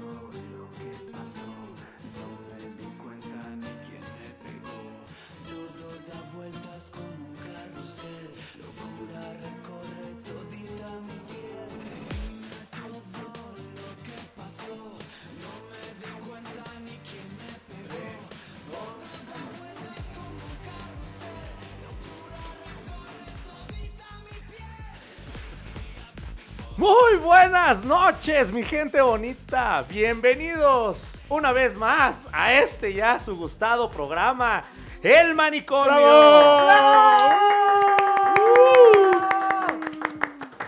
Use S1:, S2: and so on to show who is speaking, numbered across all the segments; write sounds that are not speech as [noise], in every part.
S1: No lo que pasó, no me di cuenta ni quién me pegó. Todo da vueltas como un carrusel, locura recorre todita mi piel. Todo lo que pasó, no me di cuenta ni quién me pegó. Todo da vueltas como un carrusel, locura recorre todita mi piel.
S2: Muy buenas noches, mi gente bonita. Bienvenidos una vez más a este ya su gustado programa, El Manicomio. ¡Uh!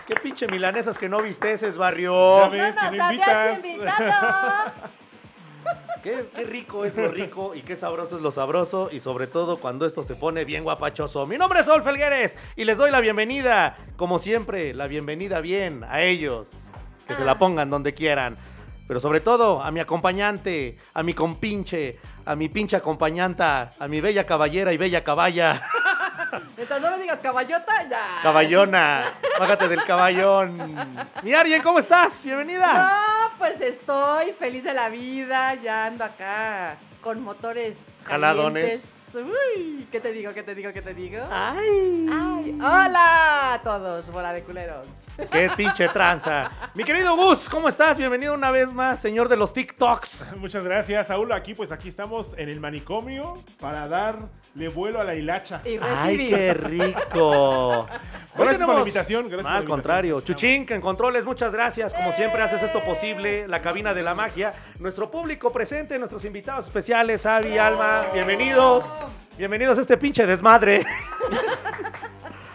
S2: ¡Qué pinche milanesas que no visteces, barrio!
S3: No nos habías invitado.
S2: Qué, qué rico es lo rico y qué sabroso es lo sabroso y sobre todo cuando esto se pone bien guapachoso. Mi nombre es Sol Felgueres y les doy la bienvenida, como siempre, la bienvenida bien a ellos. Que se la pongan donde quieran. Pero sobre todo a mi acompañante, a mi compinche, a mi pinche acompañanta, a mi bella caballera y bella caballa, [laughs]
S3: Mientras no me digas caballota, ya.
S2: caballona. Bájate del caballón. Mi Arien, ¿cómo estás? Bienvenida.
S3: No, pues estoy feliz de la vida, ya ando acá con motores
S2: Jaladones.
S3: calientes. Uy, ¿qué te digo? ¿Qué te digo? ¿Qué te digo?
S2: Ay.
S3: Ay, hola a todos, bola de culeros.
S2: ¡Qué pinche tranza! Mi querido Gus, ¿cómo estás? Bienvenido una vez más, señor de los TikToks.
S4: [laughs] Muchas gracias, Saúl. Aquí, pues aquí estamos en el manicomio para darle vuelo a la hilacha.
S3: Y
S2: ¡Ay,
S3: recibí.
S2: qué rico! Hoy
S4: Gracias por
S2: tenemos-
S4: la invitación. Gracias
S2: No,
S4: por la
S2: al
S4: invitación.
S2: contrario.
S4: Estamos.
S2: Chuchín, que en controles, muchas gracias. Como siempre,
S3: ¡Eh!
S2: haces esto posible. La cabina de la magia. Nuestro público presente, nuestros invitados especiales, Avi, Alma, bienvenidos. Bienvenidos a este pinche desmadre.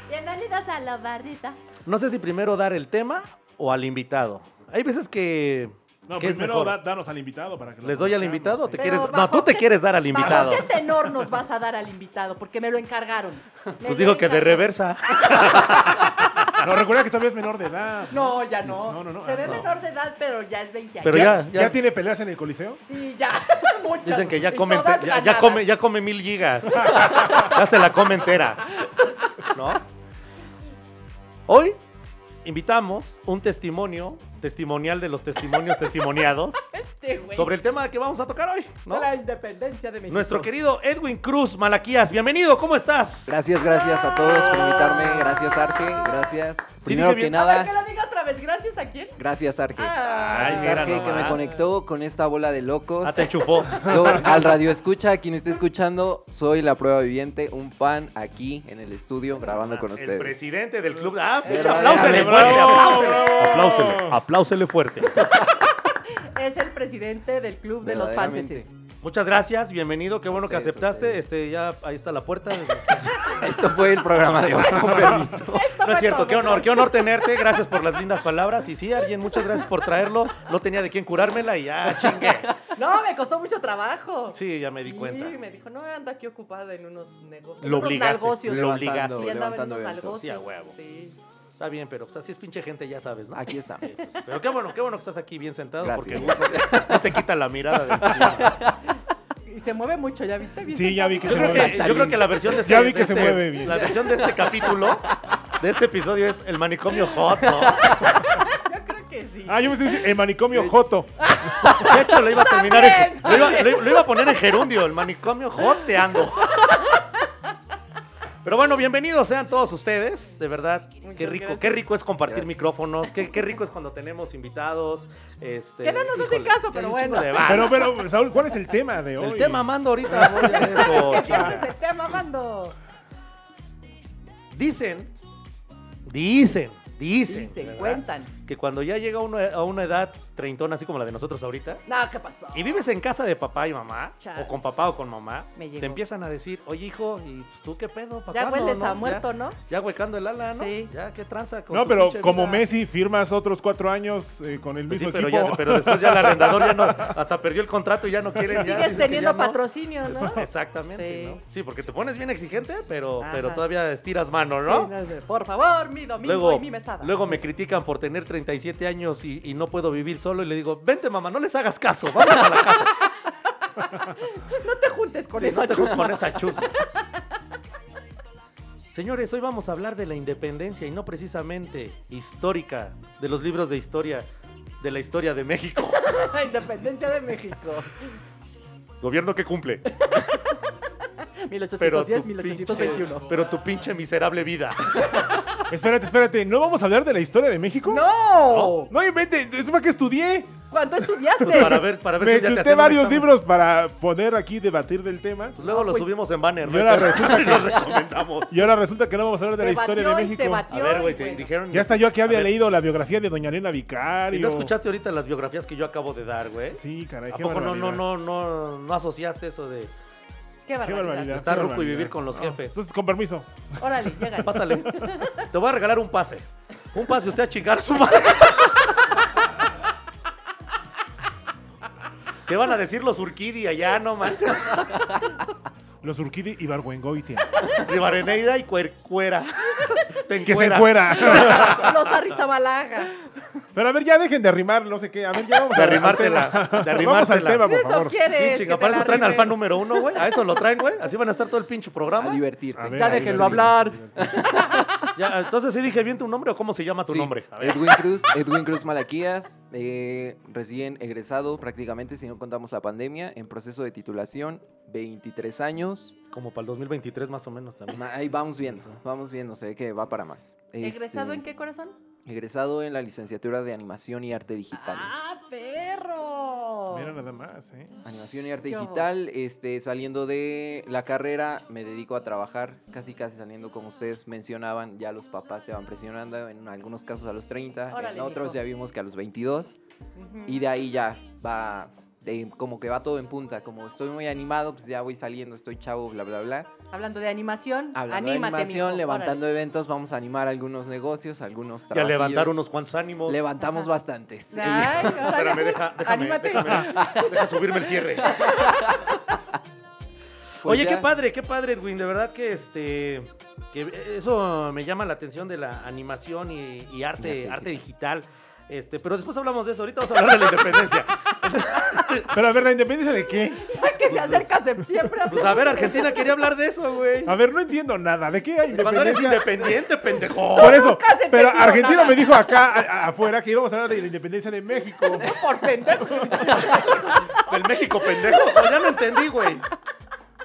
S5: Bienvenidos a la barrita.
S2: No sé si primero dar el tema o al invitado. Hay veces que.
S4: No,
S2: que es
S4: primero
S2: mejor.
S4: da- danos al invitado para que lo
S2: ¿Les doy al
S4: conozcamos,
S2: invitado o
S4: sí.
S2: te
S3: Pero
S2: quieres.? No,
S3: bajo
S2: tú te
S3: qué-
S2: quieres dar al
S3: ¿Bajo
S2: invitado.
S3: qué tenor nos vas a dar al invitado? Porque me lo encargaron. Me lo
S2: Pues digo que de
S3: encargaron.
S2: reversa.
S4: No, recuerda que todavía es menor de edad.
S3: No, ya no.
S4: No, no, no.
S3: Se
S4: Ah,
S3: ve
S4: no.
S3: menor de edad, pero ya es 20 años.
S2: Pero
S4: ¿Ya,
S2: ya-
S4: ya,
S2: ya-
S4: tiene peleas en el coliseo?
S3: Sí, ya. [laughs] Muchas.
S2: Dicen que ya
S3: Y
S2: come, ente-
S3: todas
S2: ya, ya
S3: ganadas.
S2: come, ya come mil gigas. [laughs] ya se la come entera. ¿No? Hoy invitamos un testimonio, testimonial de los testimonios testimoniados,
S3: Este güey.
S2: sobre el tema que vamos a tocar hoy. ¿no?
S3: De la independencia de México.
S2: Nuestro querido Edwin Cruz Malaquías, bienvenido, ¿cómo estás?
S6: Gracias, gracias a todos por invitarme. Gracias, Arge. Gracias. Primero
S2: dije
S6: que
S2: bien.
S3: A ver, que
S6: nada,
S3: lo diga otra vez. Gracias a quién.
S6: gracias, Arge.
S3: Ah.
S2: Ay,
S6: Gracias,
S2: mira
S6: Arge, que
S2: nomás.
S6: me conectó con esta bola de locos.
S2: Ah, te enchufó.
S6: Yo, al radio escucha, a quien esté escuchando, soy la prueba viviente, un fan aquí en el estudio grabando con
S2: Ah, El
S6: ustedes.
S2: presidente del club. Ah, pinche
S6: Verdad,
S2: apláusele
S6: bravo,
S2: fuerte, apláusele,
S4: bravo.
S2: apláusele, apláusele fuerte.
S3: Es el presidente del club de los
S6: Verdaderamente.
S3: fanses.
S2: Muchas gracias, bienvenido, qué bueno que
S6: Ustedes,
S2: aceptaste.
S6: ustedes.
S2: Este, ya ahí está la puerta.
S6: Esto fue el programa de hoy,
S2: [laughs]
S6: con permiso.
S2: No es cierto, qué honor, qué honor tenerte. Gracias por las lindas palabras. Y sí, alguien, muchas gracias por traerlo. No tenía de quién curármela y ya, chingue.
S3: No, me costó mucho trabajo.
S2: Sí, ya me di
S3: Sí,
S2: cuenta.
S3: me dijo, no, ando aquí ocupada en unos negocios.
S2: Lo obligaste,
S3: negocios.
S2: lo obligaste.
S3: Sí, andaba en
S6: Levantando
S3: unos
S6: eventos,
S3: negocios.
S2: sí, a huevo.
S3: Sí.
S2: Está bien, pero pues, así es pinche gente, ya sabes, ¿no?
S6: Aquí estamos.
S2: Pero qué bueno, qué bueno que estás aquí bien sentado
S6: Gracias.
S2: porque uno no te quita la mirada de encima.
S3: Y se mueve mucho, ¿ya viste? Bien
S4: Sí, ya vi que
S2: Yo
S4: se
S2: creo
S4: mueve.
S2: que, yo creo que la versión de este,
S4: Ya vi que
S2: de
S4: se
S2: este-
S4: mueve bien.
S2: La versión de este capítulo, de este episodio es el manicomio hot, ¿no?
S3: Yo creo que sí.
S4: Ah, yo me estoy diciendo el manicomio Joto.
S2: De hecho, lo iba a terminar en, lo,
S3: También,
S2: iba, lo- lo iba a poner en gerundio, el manicomio joteando. Pero bueno, bienvenidos sean todos ustedes, de verdad. Qué
S3: Muchas
S2: rico,
S3: gracias.
S2: qué rico es compartir
S6: Gracias.
S2: micrófonos, qué, qué rico es cuando tenemos invitados. Este,
S3: Que no nos hacen
S2: híjole,
S3: caso,
S2: ya
S3: pero
S2: hay un chingo
S3: bueno.
S2: de banda.
S4: Pero, pero, Saúl, ¿cuál es el tema de hoy?
S2: Ah. el tema mando ahorita. voy a eso,
S3: [laughs] Que
S2: chinga.
S3: siempre se esté mamando.
S2: Dicen, dicen Dicen.
S3: Dicen,
S2: ¿verdad?
S3: cuentan.
S2: Que cuando ya llega uno a una edad treintona, así como la de nosotros ahorita,
S3: No, ¿qué pasó?
S2: y vives en casa de papá y mamá,
S3: Chale.
S2: o con papá o con mamá,
S3: Me llegó.
S2: te empiezan a decir, oye hijo, ¿y pues, tú qué pedo? ¿Pa'
S3: Ya
S2: cuándo,
S3: hueles
S2: no?
S3: a
S2: Ya-
S3: muerto, ¿no?
S2: Ya huecando el ala, ¿no?
S3: Sí.
S2: Ya, qué tranza. con
S4: No,
S2: tu
S4: pero
S2: pinche
S4: como
S2: vida?
S4: Messi firmas otros cuatro años eh, con el
S2: Pues sí,
S4: mismo
S2: pero,
S4: equipo.
S2: ya- pero después ya el arrendador ya no, hasta perdió el contrato y ya
S3: [laughs]
S2: no quieren. ya
S3: Sigues
S2: dicen que
S3: teniendo
S2: ya [laughs] no.
S3: patrocinio, ¿no?
S2: Exactamente,
S3: Sí.
S2: ¿no? Sí, porque te pones bien exigente, pero,
S3: Ajá.
S2: pero todavía estiras mano, ¿no?
S3: Sí, no sé. Por favor, mi domingo y
S2: Luego,
S3: mi mesada.
S2: luego me critican por tener 37 años y, y no puedo vivir solo y le digo, vente mamá, no les hagas caso, vamos a la casa.
S3: No te juntes con
S2: Sí,
S3: esa
S2: no te juntes
S3: chusma.
S2: con esa chusma. [laughs] Señores, hoy vamos a hablar de la independencia y no precisamente histórica, de los libros de historia, de la historia de México.
S3: La independencia de México.
S2: [laughs] Gobierno que cumple.
S3: 1810,
S2: Pero tu, pinche,
S3: 1821.
S2: pero tu pinche miserable [laughs] vida.
S4: Espérate, espérate. ¿No vamos a hablar de la historia de México?
S3: ¡No!
S4: No invente, es para que estudié.
S3: ¿Cuánto estudiaste?
S2: Pues para ver, para ver
S4: Me
S2: un día te
S4: chuté
S2: hacemos
S4: varios
S2: examen.
S4: libros para poder aquí debatir del tema.
S2: Pues luego lo
S3: Pues-
S2: subimos en banner,
S4: Y
S2: ¿no?
S4: ahora
S2: [laughs] Entonces, nos recomendamos.
S4: Y ahora resulta que no vamos a hablar de
S3: Se
S4: la historia de
S3: batió y se
S4: México.
S3: batió
S2: A ver, güey,
S3: y
S2: te
S3: bueno.
S2: dijeron.
S4: Ya hasta yo aquí había
S2: A ver,
S4: leído la biografía de Doña Elena Vicario.
S2: ¿Y no escuchaste ahorita las biografías que yo acabo de dar, güey?
S4: Sí, caray,
S2: ¿A
S4: qué
S2: poco no, no,
S4: barbaridad.
S2: no, no, no asociaste eso de
S3: ¡Qué
S4: Qué
S3: barbaridad!
S4: barbaridad.
S2: Estar
S4: qué
S2: ruco y
S4: barbaridad.
S2: vivir con los jefes.
S4: Entonces, con permiso.
S3: Órale, llega.
S2: pásale? Te voy a regalar un pase. Un pase usted a chingar a su madre. ¿Qué van a decir los Urquidi allá? No manches.
S4: Los Urquidi y Barguengoitia.
S2: [laughs] Rivareneida y cuer- cuera. Te
S4: que se
S2: encuera.
S3: [laughs]
S4: fuera. [laughs]
S3: Los arrizabalaga.
S4: Pero a ver, ya dejen de arrimar, no sé qué. A ver, ya vamos
S2: De
S4: a al
S2: arrimártela,
S4: tema.
S2: de
S4: [laughs] Vamos
S2: arrimártela.
S4: al tema, por
S3: Eso
S4: favor.
S3: quieres.
S2: Sí,
S3: que
S2: chinga,
S3: te
S2: para
S3: la
S2: eso traen al
S3: rimen.
S2: fan número uno, güey. A eso lo traen, güey. Así van a estar todo el pinche
S6: A
S2: programa.
S6: divertirse.
S4: A ver,
S3: Ya
S4: a ver,
S3: déjenlo
S4: a ver.
S3: hablar.
S2: Ya, entonces sí dije bien tu nombre o cómo se llama tu
S6: Sí,
S2: nombre. A ver.
S6: Edwin Cruz, Edwin Cruz Malaquías, eh, recién egresado prácticamente, si no contamos la pandemia, en proceso de titulación, 23 años.
S2: Como para el 2023 más o menos también.
S6: Ma- Ahí vamos viendo, vamos viendo, sé que va para más.
S3: ¿Egresado
S6: Este,
S3: en qué corazón?
S6: Egresado en la licenciatura de Animación y Arte Digital.
S3: ¡Ah, perro!
S4: Mira nada más, ¿eh?
S6: Animación y Arte
S3: Yo.
S6: Digital, este, saliendo de la carrera, me dedico a trabajar, casi casi saliendo como ustedes mencionaban, ya los papás te van presionando, en algunos casos a los 30,
S3: Órale,
S6: en otros
S3: mijo.
S6: ya vimos que a los 22.
S3: Ujú.
S6: Y de ahí ya va, eh, como que va todo en punta. Como estoy muy animado, pues ya voy saliendo, estoy chavo, bla, bla, bla.
S3: Hablando de animación,
S6: Hablando
S3: anímate,
S6: de animación,
S3: mijo,
S6: levantando eventos, vamos a animar algunos negocios, algunos
S2: Ya
S6: trabajos.
S2: levantar unos cuantos ánimos.
S6: Levantamos bastantes.
S3: órale. Ay, órale.
S2: Espérame, deja, déjame,
S3: Anímate.
S2: déjame, deja subirme el cierre.
S6: Pues
S2: Oye,
S6: ya,
S2: qué padre, qué padre, Edwin. De verdad que este. Que eso me llama la atención de la animación y, y arte,
S6: Y arte
S2: arte digital. Este, pero después hablamos de eso. Ahorita vamos a hablar de la independencia.
S4: Pero a ver, ¿la independencia de qué?
S3: Ay, que se
S2: [laughs]
S3: acerca septiembre. ¿Eh?
S2: Pues a ver, Argentina quería hablar de eso, güey.
S4: A ver, no entiendo nada. ¿De qué hay
S2: Cuando eres
S4: independencia?
S2: independiente,
S4: [laughs]
S2: pendejo.
S4: Por eso.
S3: Nunca se
S4: Pero
S3: entendió
S4: Argentina
S3: nada.
S4: me dijo acá, a- a- afuera, que íbamos a hablar de la independencia de México.
S3: Por pendejo.
S2: El México, pendejo. Pues ya no entendí, güey.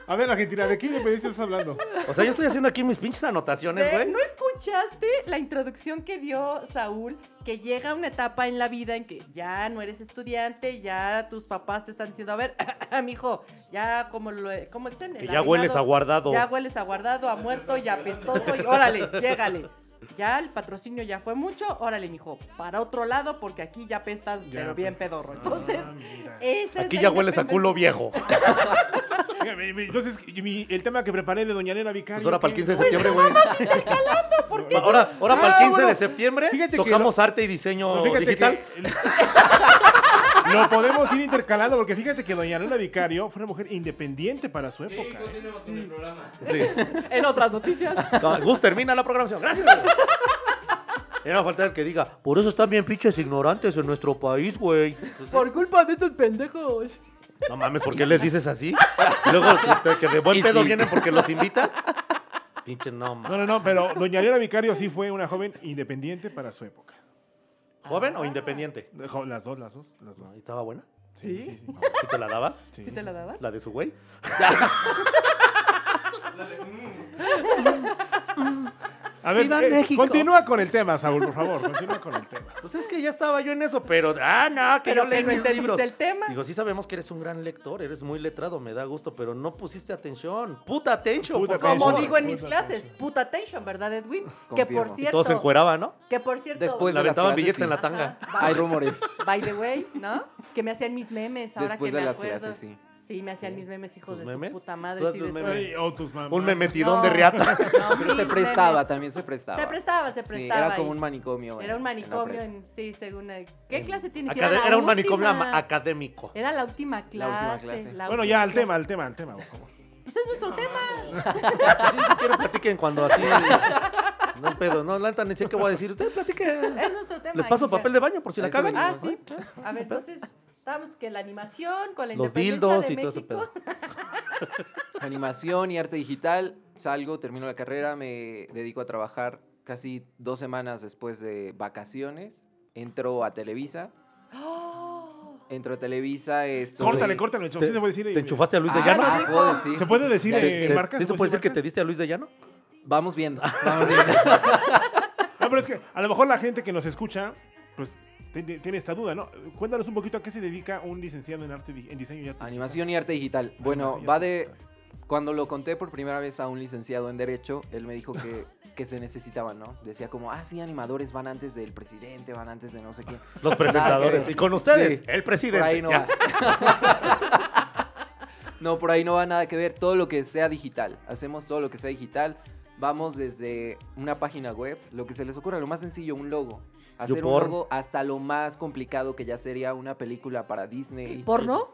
S4: A ver, Argentina, ¿de qué independencia estás hablando?
S2: O sea, yo estoy haciendo aquí mis pinches anotaciones,
S3: Ve,
S2: güey.
S3: ¿No escuchaste la introducción que dio Saúl? Que llega una etapa en la vida en que ya no eres estudiante, ya tus papás te están diciendo, a ver, [clears throat] mijo, ya como lo, ¿cómo dicen?
S2: Que
S3: El
S2: ya hueles a
S3: arrimado,
S2: guardado.
S3: Ya hueles a guardado, a muerto y a apestoso y órale, llégale. Ya el patrocinio ya fue mucho, órale, mijo, para otro lado porque aquí ya pestas,
S4: Ya
S3: pero bien
S4: apestas.
S3: pedorro.
S4: Ah,
S3: Entonces,
S4: mira.
S3: esa es
S2: Aquí
S3: la
S2: ya hueles a
S3: independencia.
S2: culo viejo.
S4: Mira, mi- mi- Entonces, mi- el tema que preparé de Doña Elena Vicario.
S2: Pues ahora para el
S4: ¿qué?
S2: 15 de septiembre, güey. Ahora, ahora
S4: Ah,
S2: para el 15 de
S4: bueno.
S2: septiembre
S4: Fíjate que
S2: tocamos arte y diseño
S4: Pues fíjate
S2: digital.
S4: que- Lo podemos ir intercalando porque fíjate que Doña Elena Vicario fue una mujer independiente para su época. ¿eh?
S2: Sí.
S3: En
S2: [laughs]
S3: otras noticias.
S2: No, Gus, termina la programación. Gracias. güey. Era falta el que diga, por eso están bien pinches ignorantes en nuestro país, güey. Pues,
S3: Por culpa de estos pendejos.
S2: No mames, ¿por qué les dices así? Y Luego este, que- que de buen
S6: Y
S2: pedo
S6: sí.
S2: vienen porque los invitas. Pinche no
S4: No,
S2: mames.
S4: no, no, pero Doña Elena Vicario sí fue una joven independiente para su época.
S2: ¿Joven o independiente?
S4: Jo- Las dos, las dos, las dos.
S2: No, ¿Estaba buena?
S4: Sí, sí, sí.
S2: ¿Sí te la dabas?
S4: Sí,
S3: ¿Sí te
S4: sí,
S3: la
S4: sí.
S3: dabas?
S2: ¿La de su güey?
S4: A ver,
S2: ¡Viva
S4: eh,
S2: México!
S4: continúa con el tema, Saúl, por favor. Continúa con el tema.
S2: Pues es que ya estaba yo en eso, pero. Ah, no, que
S3: Pero
S2: yo
S3: que
S2: leo
S3: no
S2: mis
S3: entendiste
S2: libros.
S3: el tema.
S2: Digo, sí sabemos que eres un gran lector, eres muy letrado, me da gusto, pero no pusiste atención. Puta atención,
S4: Puta
S2: por
S4: atención.
S3: Como
S2: favor.
S3: digo en mis
S4: Puta
S3: clases, puta attention, ¿verdad, Edwin? Que por
S6: Confirmo.
S2: Y todos se
S3: cierto.
S2: encueraban, ¿no?
S3: Que por cierto.
S6: Después
S2: Le
S6: de las
S2: aventaban
S6: clases,
S2: billetes
S6: sí.
S2: en la tanga.
S3: Ajá,
S6: Hay
S3: by,
S6: rumores.
S3: by the way, ¿no? Que me hacían mis memes ahora
S6: Después
S3: que
S6: de
S3: me
S6: las
S3: acuerdo.
S6: clases, sí.
S3: Sí, me hacían mis memes, hijos
S2: ¿Tus
S3: de
S2: memes?
S3: su puta
S2: ¿Tú
S3: madre.
S2: haces
S3: sí, después-
S2: memes?
S4: Ay, oh, tus mamás.
S2: Un memetidón de
S3: No, [laughs]
S2: riata.
S3: no,
S6: Pero se
S3: mis
S6: prestaba,
S3: memes.
S6: también se prestaba.
S3: Se prestaba, se
S6: Sí,
S3: prestaba.
S6: era como
S3: y-
S6: un manicomio.
S3: Era un
S6: en- en la
S3: manicomio,
S6: prepa.
S3: en- sí, según. el- ¿Qué
S6: En-
S3: clase tienes?
S2: Acade-
S3: la
S2: era un manicomio
S3: última.
S2: ama- académico.
S3: Era la última
S6: La última
S3: clase.
S6: clase. Ah,
S3: la
S4: Bueno,
S3: última
S4: ya, al
S3: clase.
S4: tema, al tema, al tema, por favor.
S3: Pues es nuestro tema.
S2: Sí, si quieren platiquen cuando así. No hay pedo, no, la neta, ni sé qué voy a decir. Ustedes platiquen.
S3: Es nuestro tema.
S2: Les paso
S3: aquí ya.
S2: papel de baño por si
S6: A
S2: la
S6: eso
S2: cagan.
S3: Ah, sí. A ver, entonces, estábamos que la animación con la
S2: Los
S3: independencia
S2: dildos
S3: de
S2: y todo ese
S3: México.
S2: pedo.
S6: Animación y arte digital. Salgo, termino la carrera, me dedico a trabajar casi dos semanas después de vacaciones. Entro a Televisa.
S3: [gasps] ¡Oh!
S6: Entro a Televisa. Estoy...
S4: Córtale, córtale.
S2: ¿Te,
S4: sí se puede decir. eh,
S2: te enchufaste a Luis
S6: Ah,
S2: de Llano?
S6: no, puedo decir.
S4: ¿Se puede decir
S6: Ya,
S4: eh,
S2: ¿Te-
S4: marcas?
S2: ¿Sí se puede decir que te
S4: marcas?
S2: diste a Luis de Llano?
S6: Vamos viendo. Vamos viendo.
S4: No, pero es que a lo mejor la gente que nos escucha, pues te- te- tiene esta duda, ¿no? Cuéntanos un poquito a qué se dedica un licenciado en arte di- en diseño y arte.
S6: Animación y arte digital. Bueno,
S4: Animación y
S6: va
S4: arte
S6: de...
S4: digital.
S6: Cuando lo conté por primera vez a un licenciado en Derecho, él me dijo que, que se necesitaban, ¿no? Decía como, ah, sí, animadores van antes del presidente, van antes de no sé quién.
S2: Los
S6: Nada
S2: presentadores.
S6: que
S2: Y
S6: ver.
S2: con ustedes,
S6: Sí.
S2: el presidente.
S6: Por ahí no
S2: Ya.
S6: va. [laughs] no, por ahí no va nada que ver. Todo lo que sea digital. Hacemos todo lo que sea digital. Vamos desde una página web, lo que se les ocurra, lo más sencillo, un logo. Hacer un
S2: YouPorn.
S6: logo hasta lo más complicado que ya sería una película para Disney.
S3: ¿Porno?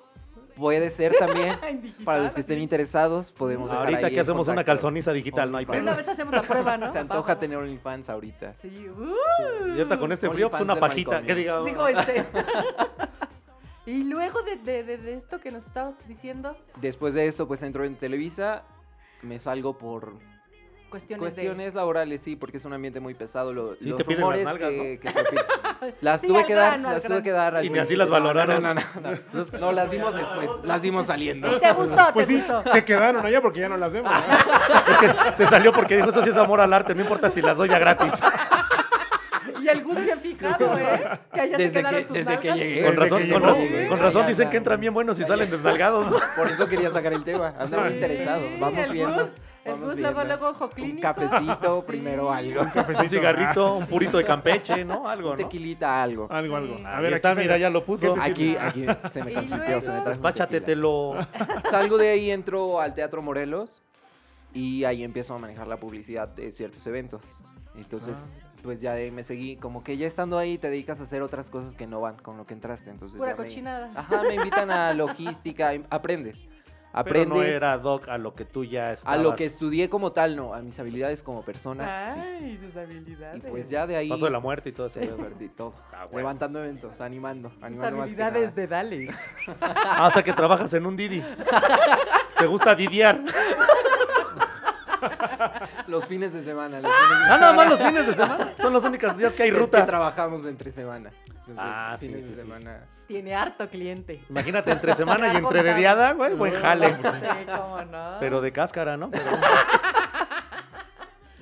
S6: Puede ser
S3: [laughs]
S6: también.
S3: En digital,
S6: Para los que estén
S3: así.
S6: interesados, podemos dejar
S2: Ahorita
S6: ahí
S2: que
S6: el
S2: hacemos una
S6: contacto.
S2: calzoniza digital, no hay
S3: Pero una
S2: pedo.
S3: [laughs] vez hacemos
S6: [laughs]
S3: la prueba, ¿no?
S6: Se antoja tener OnlyFans ahorita.
S3: Sí. uh.
S2: Y ahorita con este frío, pues
S6: OnlyFans
S2: una
S6: del
S2: pajita.
S6: manicomio.
S2: ¿Qué diga?
S3: Dijo este. [laughs] y luego de, de- de- de esto que nos estabas diciendo,
S6: Después de esto, pues entro en Televisa. Me salgo por
S3: cuestiones,
S6: Cuestiones laborales, sí, porque es un ambiente muy pesado. lo-
S2: Sí,
S6: los
S2: te piden las
S6: rumores
S2: nalgas,
S6: que, que
S3: [laughs]
S6: se opinan. Las
S3: Sí,
S6: tuve
S3: al
S6: que dar,
S3: grano, al
S6: las tuve
S3: grano.
S6: que dar. al
S2: Y ni así
S6: principio.
S2: las
S6: No, no,
S2: valoraron.
S6: No, no, no, no.
S2: Entonces,
S6: No, las dimos después, las dimos saliendo.
S3: de... ¿Te gustó?
S4: Pues
S3: ¿Te
S4: sí,
S3: gustó?
S4: se quedaron allá porque ya no las vemos.
S3: [laughs]
S4: ¿no?
S2: Es que se- se salió porque dijo, esto sí es amor al arte, no importa si las doy ya gratis.
S3: Y el gusto bien fijado, ¿eh? Que allá se
S6: Desde
S3: quedaron
S6: que,
S3: tus
S6: desde que
S3: nalgas.
S6: llegué.
S2: Con
S4: que
S2: razón,
S4: llegó,
S2: con, razón,
S4: güey.
S2: con razón
S6: Ya,
S2: dicen
S6: ya.
S2: que entran bien buenos y
S6: Ya,
S2: salen
S6: ya.
S2: desnalgados.
S6: Por eso quería sacar el tema, andaba
S4: Sí,
S6: interesado.
S3: el
S6: Vamos
S3: Gus,
S6: viendo.
S3: el
S6: vamos
S3: Gus luego,
S6: viendo.
S3: luego ojo clínico.
S6: Un cafecito,
S3: Sí. [laughs]
S6: primero algo.
S2: Un cigarrito, un purito de Campeche, ¿no? Algo,
S6: Un
S2: ¿no?
S6: tequilita, algo.
S2: Ah,
S4: Algo, algo. A
S2: Ahí
S4: ver,
S2: está,
S4: aquí
S2: mira,
S4: sale.
S2: ya lo puso.
S4: ¿Qué te
S6: Aquí, aquí se me
S3: Y
S6: consintió, se me
S3: luego-
S6: trajo un tequila.
S2: Despáchatelo.
S6: Salgo de ahí, entro al Teatro Morelos y ahí empiezo a manejar la publicidad de ciertos eventos. Entonces,
S2: Ah.
S6: pues ya de ahí me seguí. Como que ya estando ahí te dedicas a hacer otras cosas que no van con lo que entraste. Entonces
S3: Pura
S6: ya me-
S3: cochinada.
S6: Ajá, me invitan a logística, em- aprendes.
S2: Pero
S6: Aprendes
S2: no era doc a lo que tú ya
S6: a
S2: estabas.
S6: lo que estudié como tal, no, a mis habilidades como persona. sí.
S3: Ay, sus habilidades.
S6: Y pues ya de ahí...
S2: Ah, Paso de la muerte Ah, y todo
S6: [laughs]
S2: eso.
S6: se perdí todo. Levantando eventos, animando,
S3: Sus
S6: animando Ah, más que nada.
S3: habilidades de Dale.
S2: Ah, o sea que trabajas en un Didi. ¿Te gusta didiar?
S6: Los fines de semana. Los fines de
S2: Ah, nada
S6: semana.
S2: más los fines de semana. Son los únicos días que hay
S6: Es que
S2: ruta.
S6: trabajamos entre semana. Entonces,
S2: Ah, sí,
S6: fines
S2: sí,
S6: de
S2: sí.
S6: semana.
S3: [laughs] Tiene harto cliente.
S2: Imagínate, entre semana y entre dediada, güey, buen jale.
S3: pues
S6: pues,
S3: Sí, cómo no.
S2: Pero de cáscara, ¿no? Pero-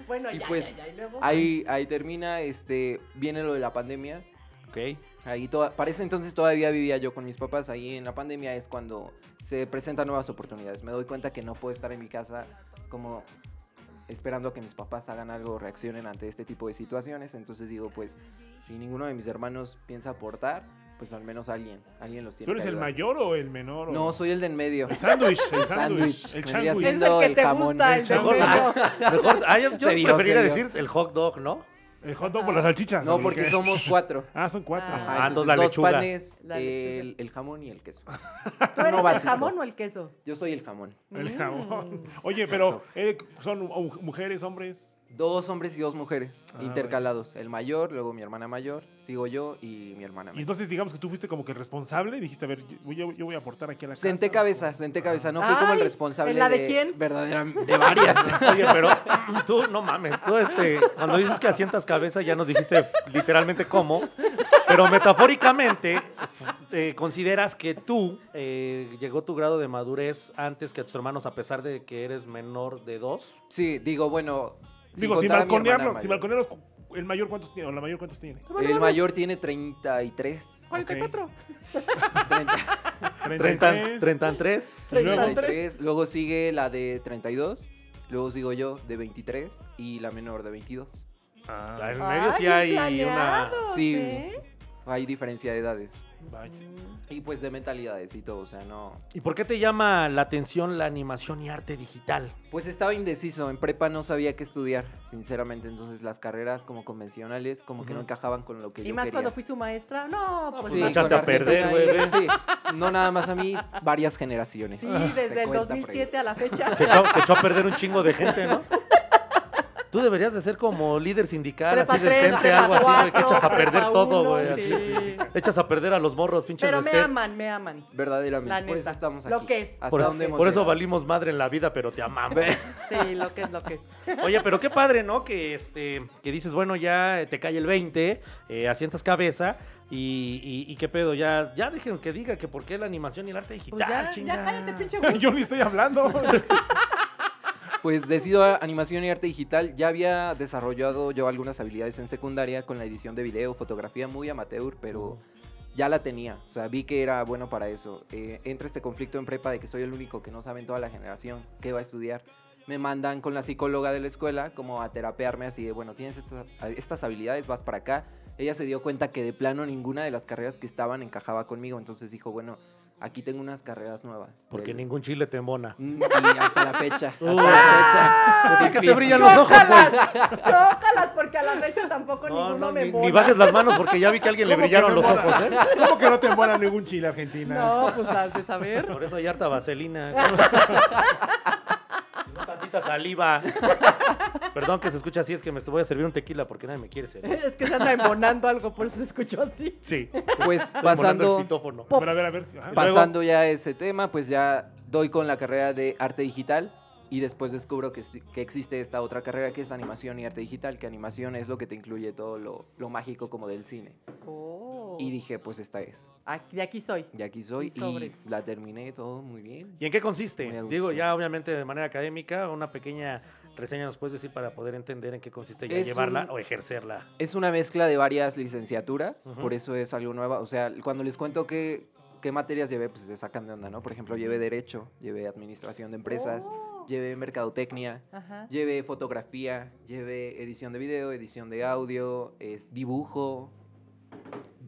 S3: bueno,
S6: Y
S3: ya,
S6: pues,
S3: ya, ya, y luego-
S6: Ahí, ahí termina, este, viene lo de la pandemia.
S2: ok.
S6: Ahí toda, para ese entonces todavía vivía yo con mis papás. Ahí en la pandemia es cuando se presentan nuevas oportunidades. Me doy cuenta que no puedo estar en mi casa como esperando a que mis papás hagan algo o reaccionen ante este tipo de situaciones. Entonces digo, pues, si ninguno de mis hermanos piensa aportar, pues al menos alguien, alguien los tiene
S4: ¿Tú eres
S6: que
S4: el
S6: ayudar.
S4: mayor o el menor? o-
S6: No, soy el del medio.
S4: El sándwich, el sándwich.
S6: sándwich.
S4: El
S6: Vendría
S3: es el
S4: sándwich.
S6: siendo- haciendo
S3: que
S6: el
S3: te
S6: jamón
S3: gusta, el
S4: del
S3: de
S2: Mejor,
S3: medio.
S2: mejor- ah, yo, yo
S6: Se vio,
S2: preferiría
S6: se vio.
S2: decir el hot dog, ¿no?
S4: El hot dog por las salchichas.
S6: No,
S4: ¿o
S6: porque
S4: qué?
S6: somos cuatro.
S4: Ah, son cuatro.
S3: Ajá.
S6: Ajá,
S2: Ah,
S6: entonces
S2: entonces la
S6: dos
S2: lechuga.
S6: panes,
S3: La lechuga.
S6: el, el jamón y el queso.
S3: ¿Tú eres
S6: No
S3: el
S6: básico.
S3: jamón o el queso?
S6: Yo soy el jamón.
S4: [laughs] El
S3: Mm.
S4: jamón. Oye, pero eh, son uh, mujeres, hombres.
S6: Dos hombres y dos mujeres
S4: Ah,
S6: intercalados. El mayor, luego mi hermana mayor, sigo yo y mi hermana
S4: Y
S6: menor.
S4: entonces digamos que tú fuiste como que el responsable. Dijiste, a ver, yo, yo- yo voy a aportar aquí a la casa.
S6: Senté cabeza, senté cabeza. No fui como el
S3: Ay,
S6: responsable.
S3: ¿en la de quién?
S6: Verdadera, de varias.
S2: [laughs] Oye, pero tú no mames, tú este, cuando dices que asientas cabeza ya nos dijiste literalmente cómo, pero metafóricamente eh, consideras que tú eh, llegó tu grado de madurez antes que a tus hermanos a pesar de que eres menor de dos.
S6: sí, digo, bueno,
S4: Digo, sin
S6: contar a mi hermana
S4: balconearlos, sin
S6: mayor.
S4: balconearlos, cu- ¿el mayor cuántos tiene? ¿O la mayor cuántos tiene?
S6: El mayor
S3: [laughs]
S6: tiene 33.
S4: 44.
S6: 30,
S2: Ah,
S4: 33.
S2: 33.
S4: Y luego,
S6: 33. Luego sigue la de 32. Luego sigo yo de 23 y la menor de 22.
S4: Ah,
S2: En medio sí hay una.
S6: Sí.
S3: Sí.
S6: Hay diferencia de edades.
S4: vaya.
S6: Y pues de mentalidades y todo, o sea, no...
S2: ¿Y por qué te llama la atención la animación y arte digital?
S6: Pues estaba indeciso, en prepa no sabía qué estudiar, sinceramente, entonces las carreras como convencionales como que no
S2: Ujú.
S6: encajaban con lo que
S3: Y
S6: yo
S3: más
S6: quería.
S3: cuando fui su maestra. No, pues.
S2: Sí,
S3: no.
S2: me echaste
S6: con
S2: a perder,
S6: Argentina ahí,
S2: güey,
S6: Sí, no nada más a mí, varias generaciones.
S3: Sí,
S6: Ah, Se
S3: desde el
S6: cuenta por ahí.
S3: 2007 a la
S6: [laughs]
S3: fecha.
S2: Te echó, te echó a perder un chingo de gente, ¿no? Tú deberías de ser como líder sindical,
S3: Prepa
S2: así
S3: 3,
S2: decente, algo así, güey, que echas a perder todo, güey. así.
S3: Sí.
S2: Echas a perder a los morros, pinches
S3: Pero me
S2: destet-
S3: aman, me aman.
S6: Verdaderamente,
S3: La
S6: por eso
S3: neta,
S6: estamos aquí.
S3: lo que es.
S6: Hasta
S2: Por,
S6: dónde hemos
S2: por eso
S6: llegado.
S2: valimos madre en la vida, pero te amamos.
S6: Ve-
S3: Sí, lo que es, lo que es.
S2: Oye, pero qué padre, ¿no? Que este, que dices, bueno, ya te cae el 20, eh, asientas cabeza y, y- y qué pedo, ya, ya dejen que diga que por qué la animación y el arte digital,
S3: Pues ya,
S2: chinga.
S3: ya cállate,
S2: [laughs]
S3: pinche Gus.
S4: [laughs] Yo ni estoy hablando.
S6: Pues decido a animación y arte digital. Ya había desarrollado yo algunas habilidades en secundaria con la edición de video, fotografía muy amateur, pero ya la tenía. O sea, vi que era bueno para eso. Eh, entra este conflicto en prepa de que soy el único que no sabe en toda la generación qué va a estudiar. Me mandan con la psicóloga de la escuela como a terapearme así de, bueno, tienes estas, estas habilidades, vas para acá. Ella se dio cuenta que de plano ninguna de las carreras que estaban encajaba conmigo, entonces dijo, bueno, aquí tengo unas carreras nuevas.
S2: Porque
S6: Del-
S2: ningún chile te embona.
S6: Mm, Y hasta la fecha. Hasta
S2: Uh.
S6: la fecha.
S2: que Ah, te
S6: Difícil.
S2: brillan los ojos, güey.
S3: Chócalas, porque a la fecha tampoco ninguno me
S2: ni,
S3: embona.
S2: ni bajes las manos porque ya vi que a alguien le
S4: ¿Cómo que
S2: brillaron
S4: no
S2: los
S4: mola?
S2: ojos, ¿eh?
S4: ¿Cómo que no te embola ningún chile, Argentina?
S3: No, pues has de saber. [laughs]
S2: Por eso hay harta
S6: [laughs]
S2: vaselina. Y no tantita saliva. Perdón que se escucha así, es que me voy a servir un tequila porque nadie me quiere servir.
S3: Es que se anda embonando algo, por eso se escuchó así.
S2: Sí.
S6: Pues
S2: Estoy molando el
S6: pasando,
S2: pitófono.
S4: A ver, a ver, a ver. Ajá.
S2: Pa-
S6: pasando ya ese tema, pues ya doy con la carrera de arte digital y después descubro que, sí- que existe esta otra carrera que es animación y arte digital, que animación es lo que te incluye todo lo, lo mágico como del cine.
S3: Oh.
S6: Y dije, pues esta es.
S3: Aquí- de aquí soy.
S6: Y aquí soy
S3: Y
S6: y,
S3: sobres.
S6: la terminé todo muy bien.
S2: ¿Y en qué
S6: Muy a
S2: consiste?
S6: gusto.
S2: Digo, ya obviamente de manera académica, una pequeña reseña nos puedes decir para poder entender en qué consiste y
S6: Es
S2: llevarla
S6: un-
S2: o ejercerla.
S6: Es una mezcla de varias licenciaturas,
S2: Ujú.
S6: por eso es algo nuevo. O sea, cuando les cuento qué, qué materias llevé, pues se sacan de onda, ¿no? Por ejemplo, llevé Derecho, llevé Administración de Empresas,
S3: Oh.
S6: llevé Mercadotecnia,
S3: Ajá.
S6: llevé Fotografía, llevé Edición de Video, Edición de Audio, es, Dibujo,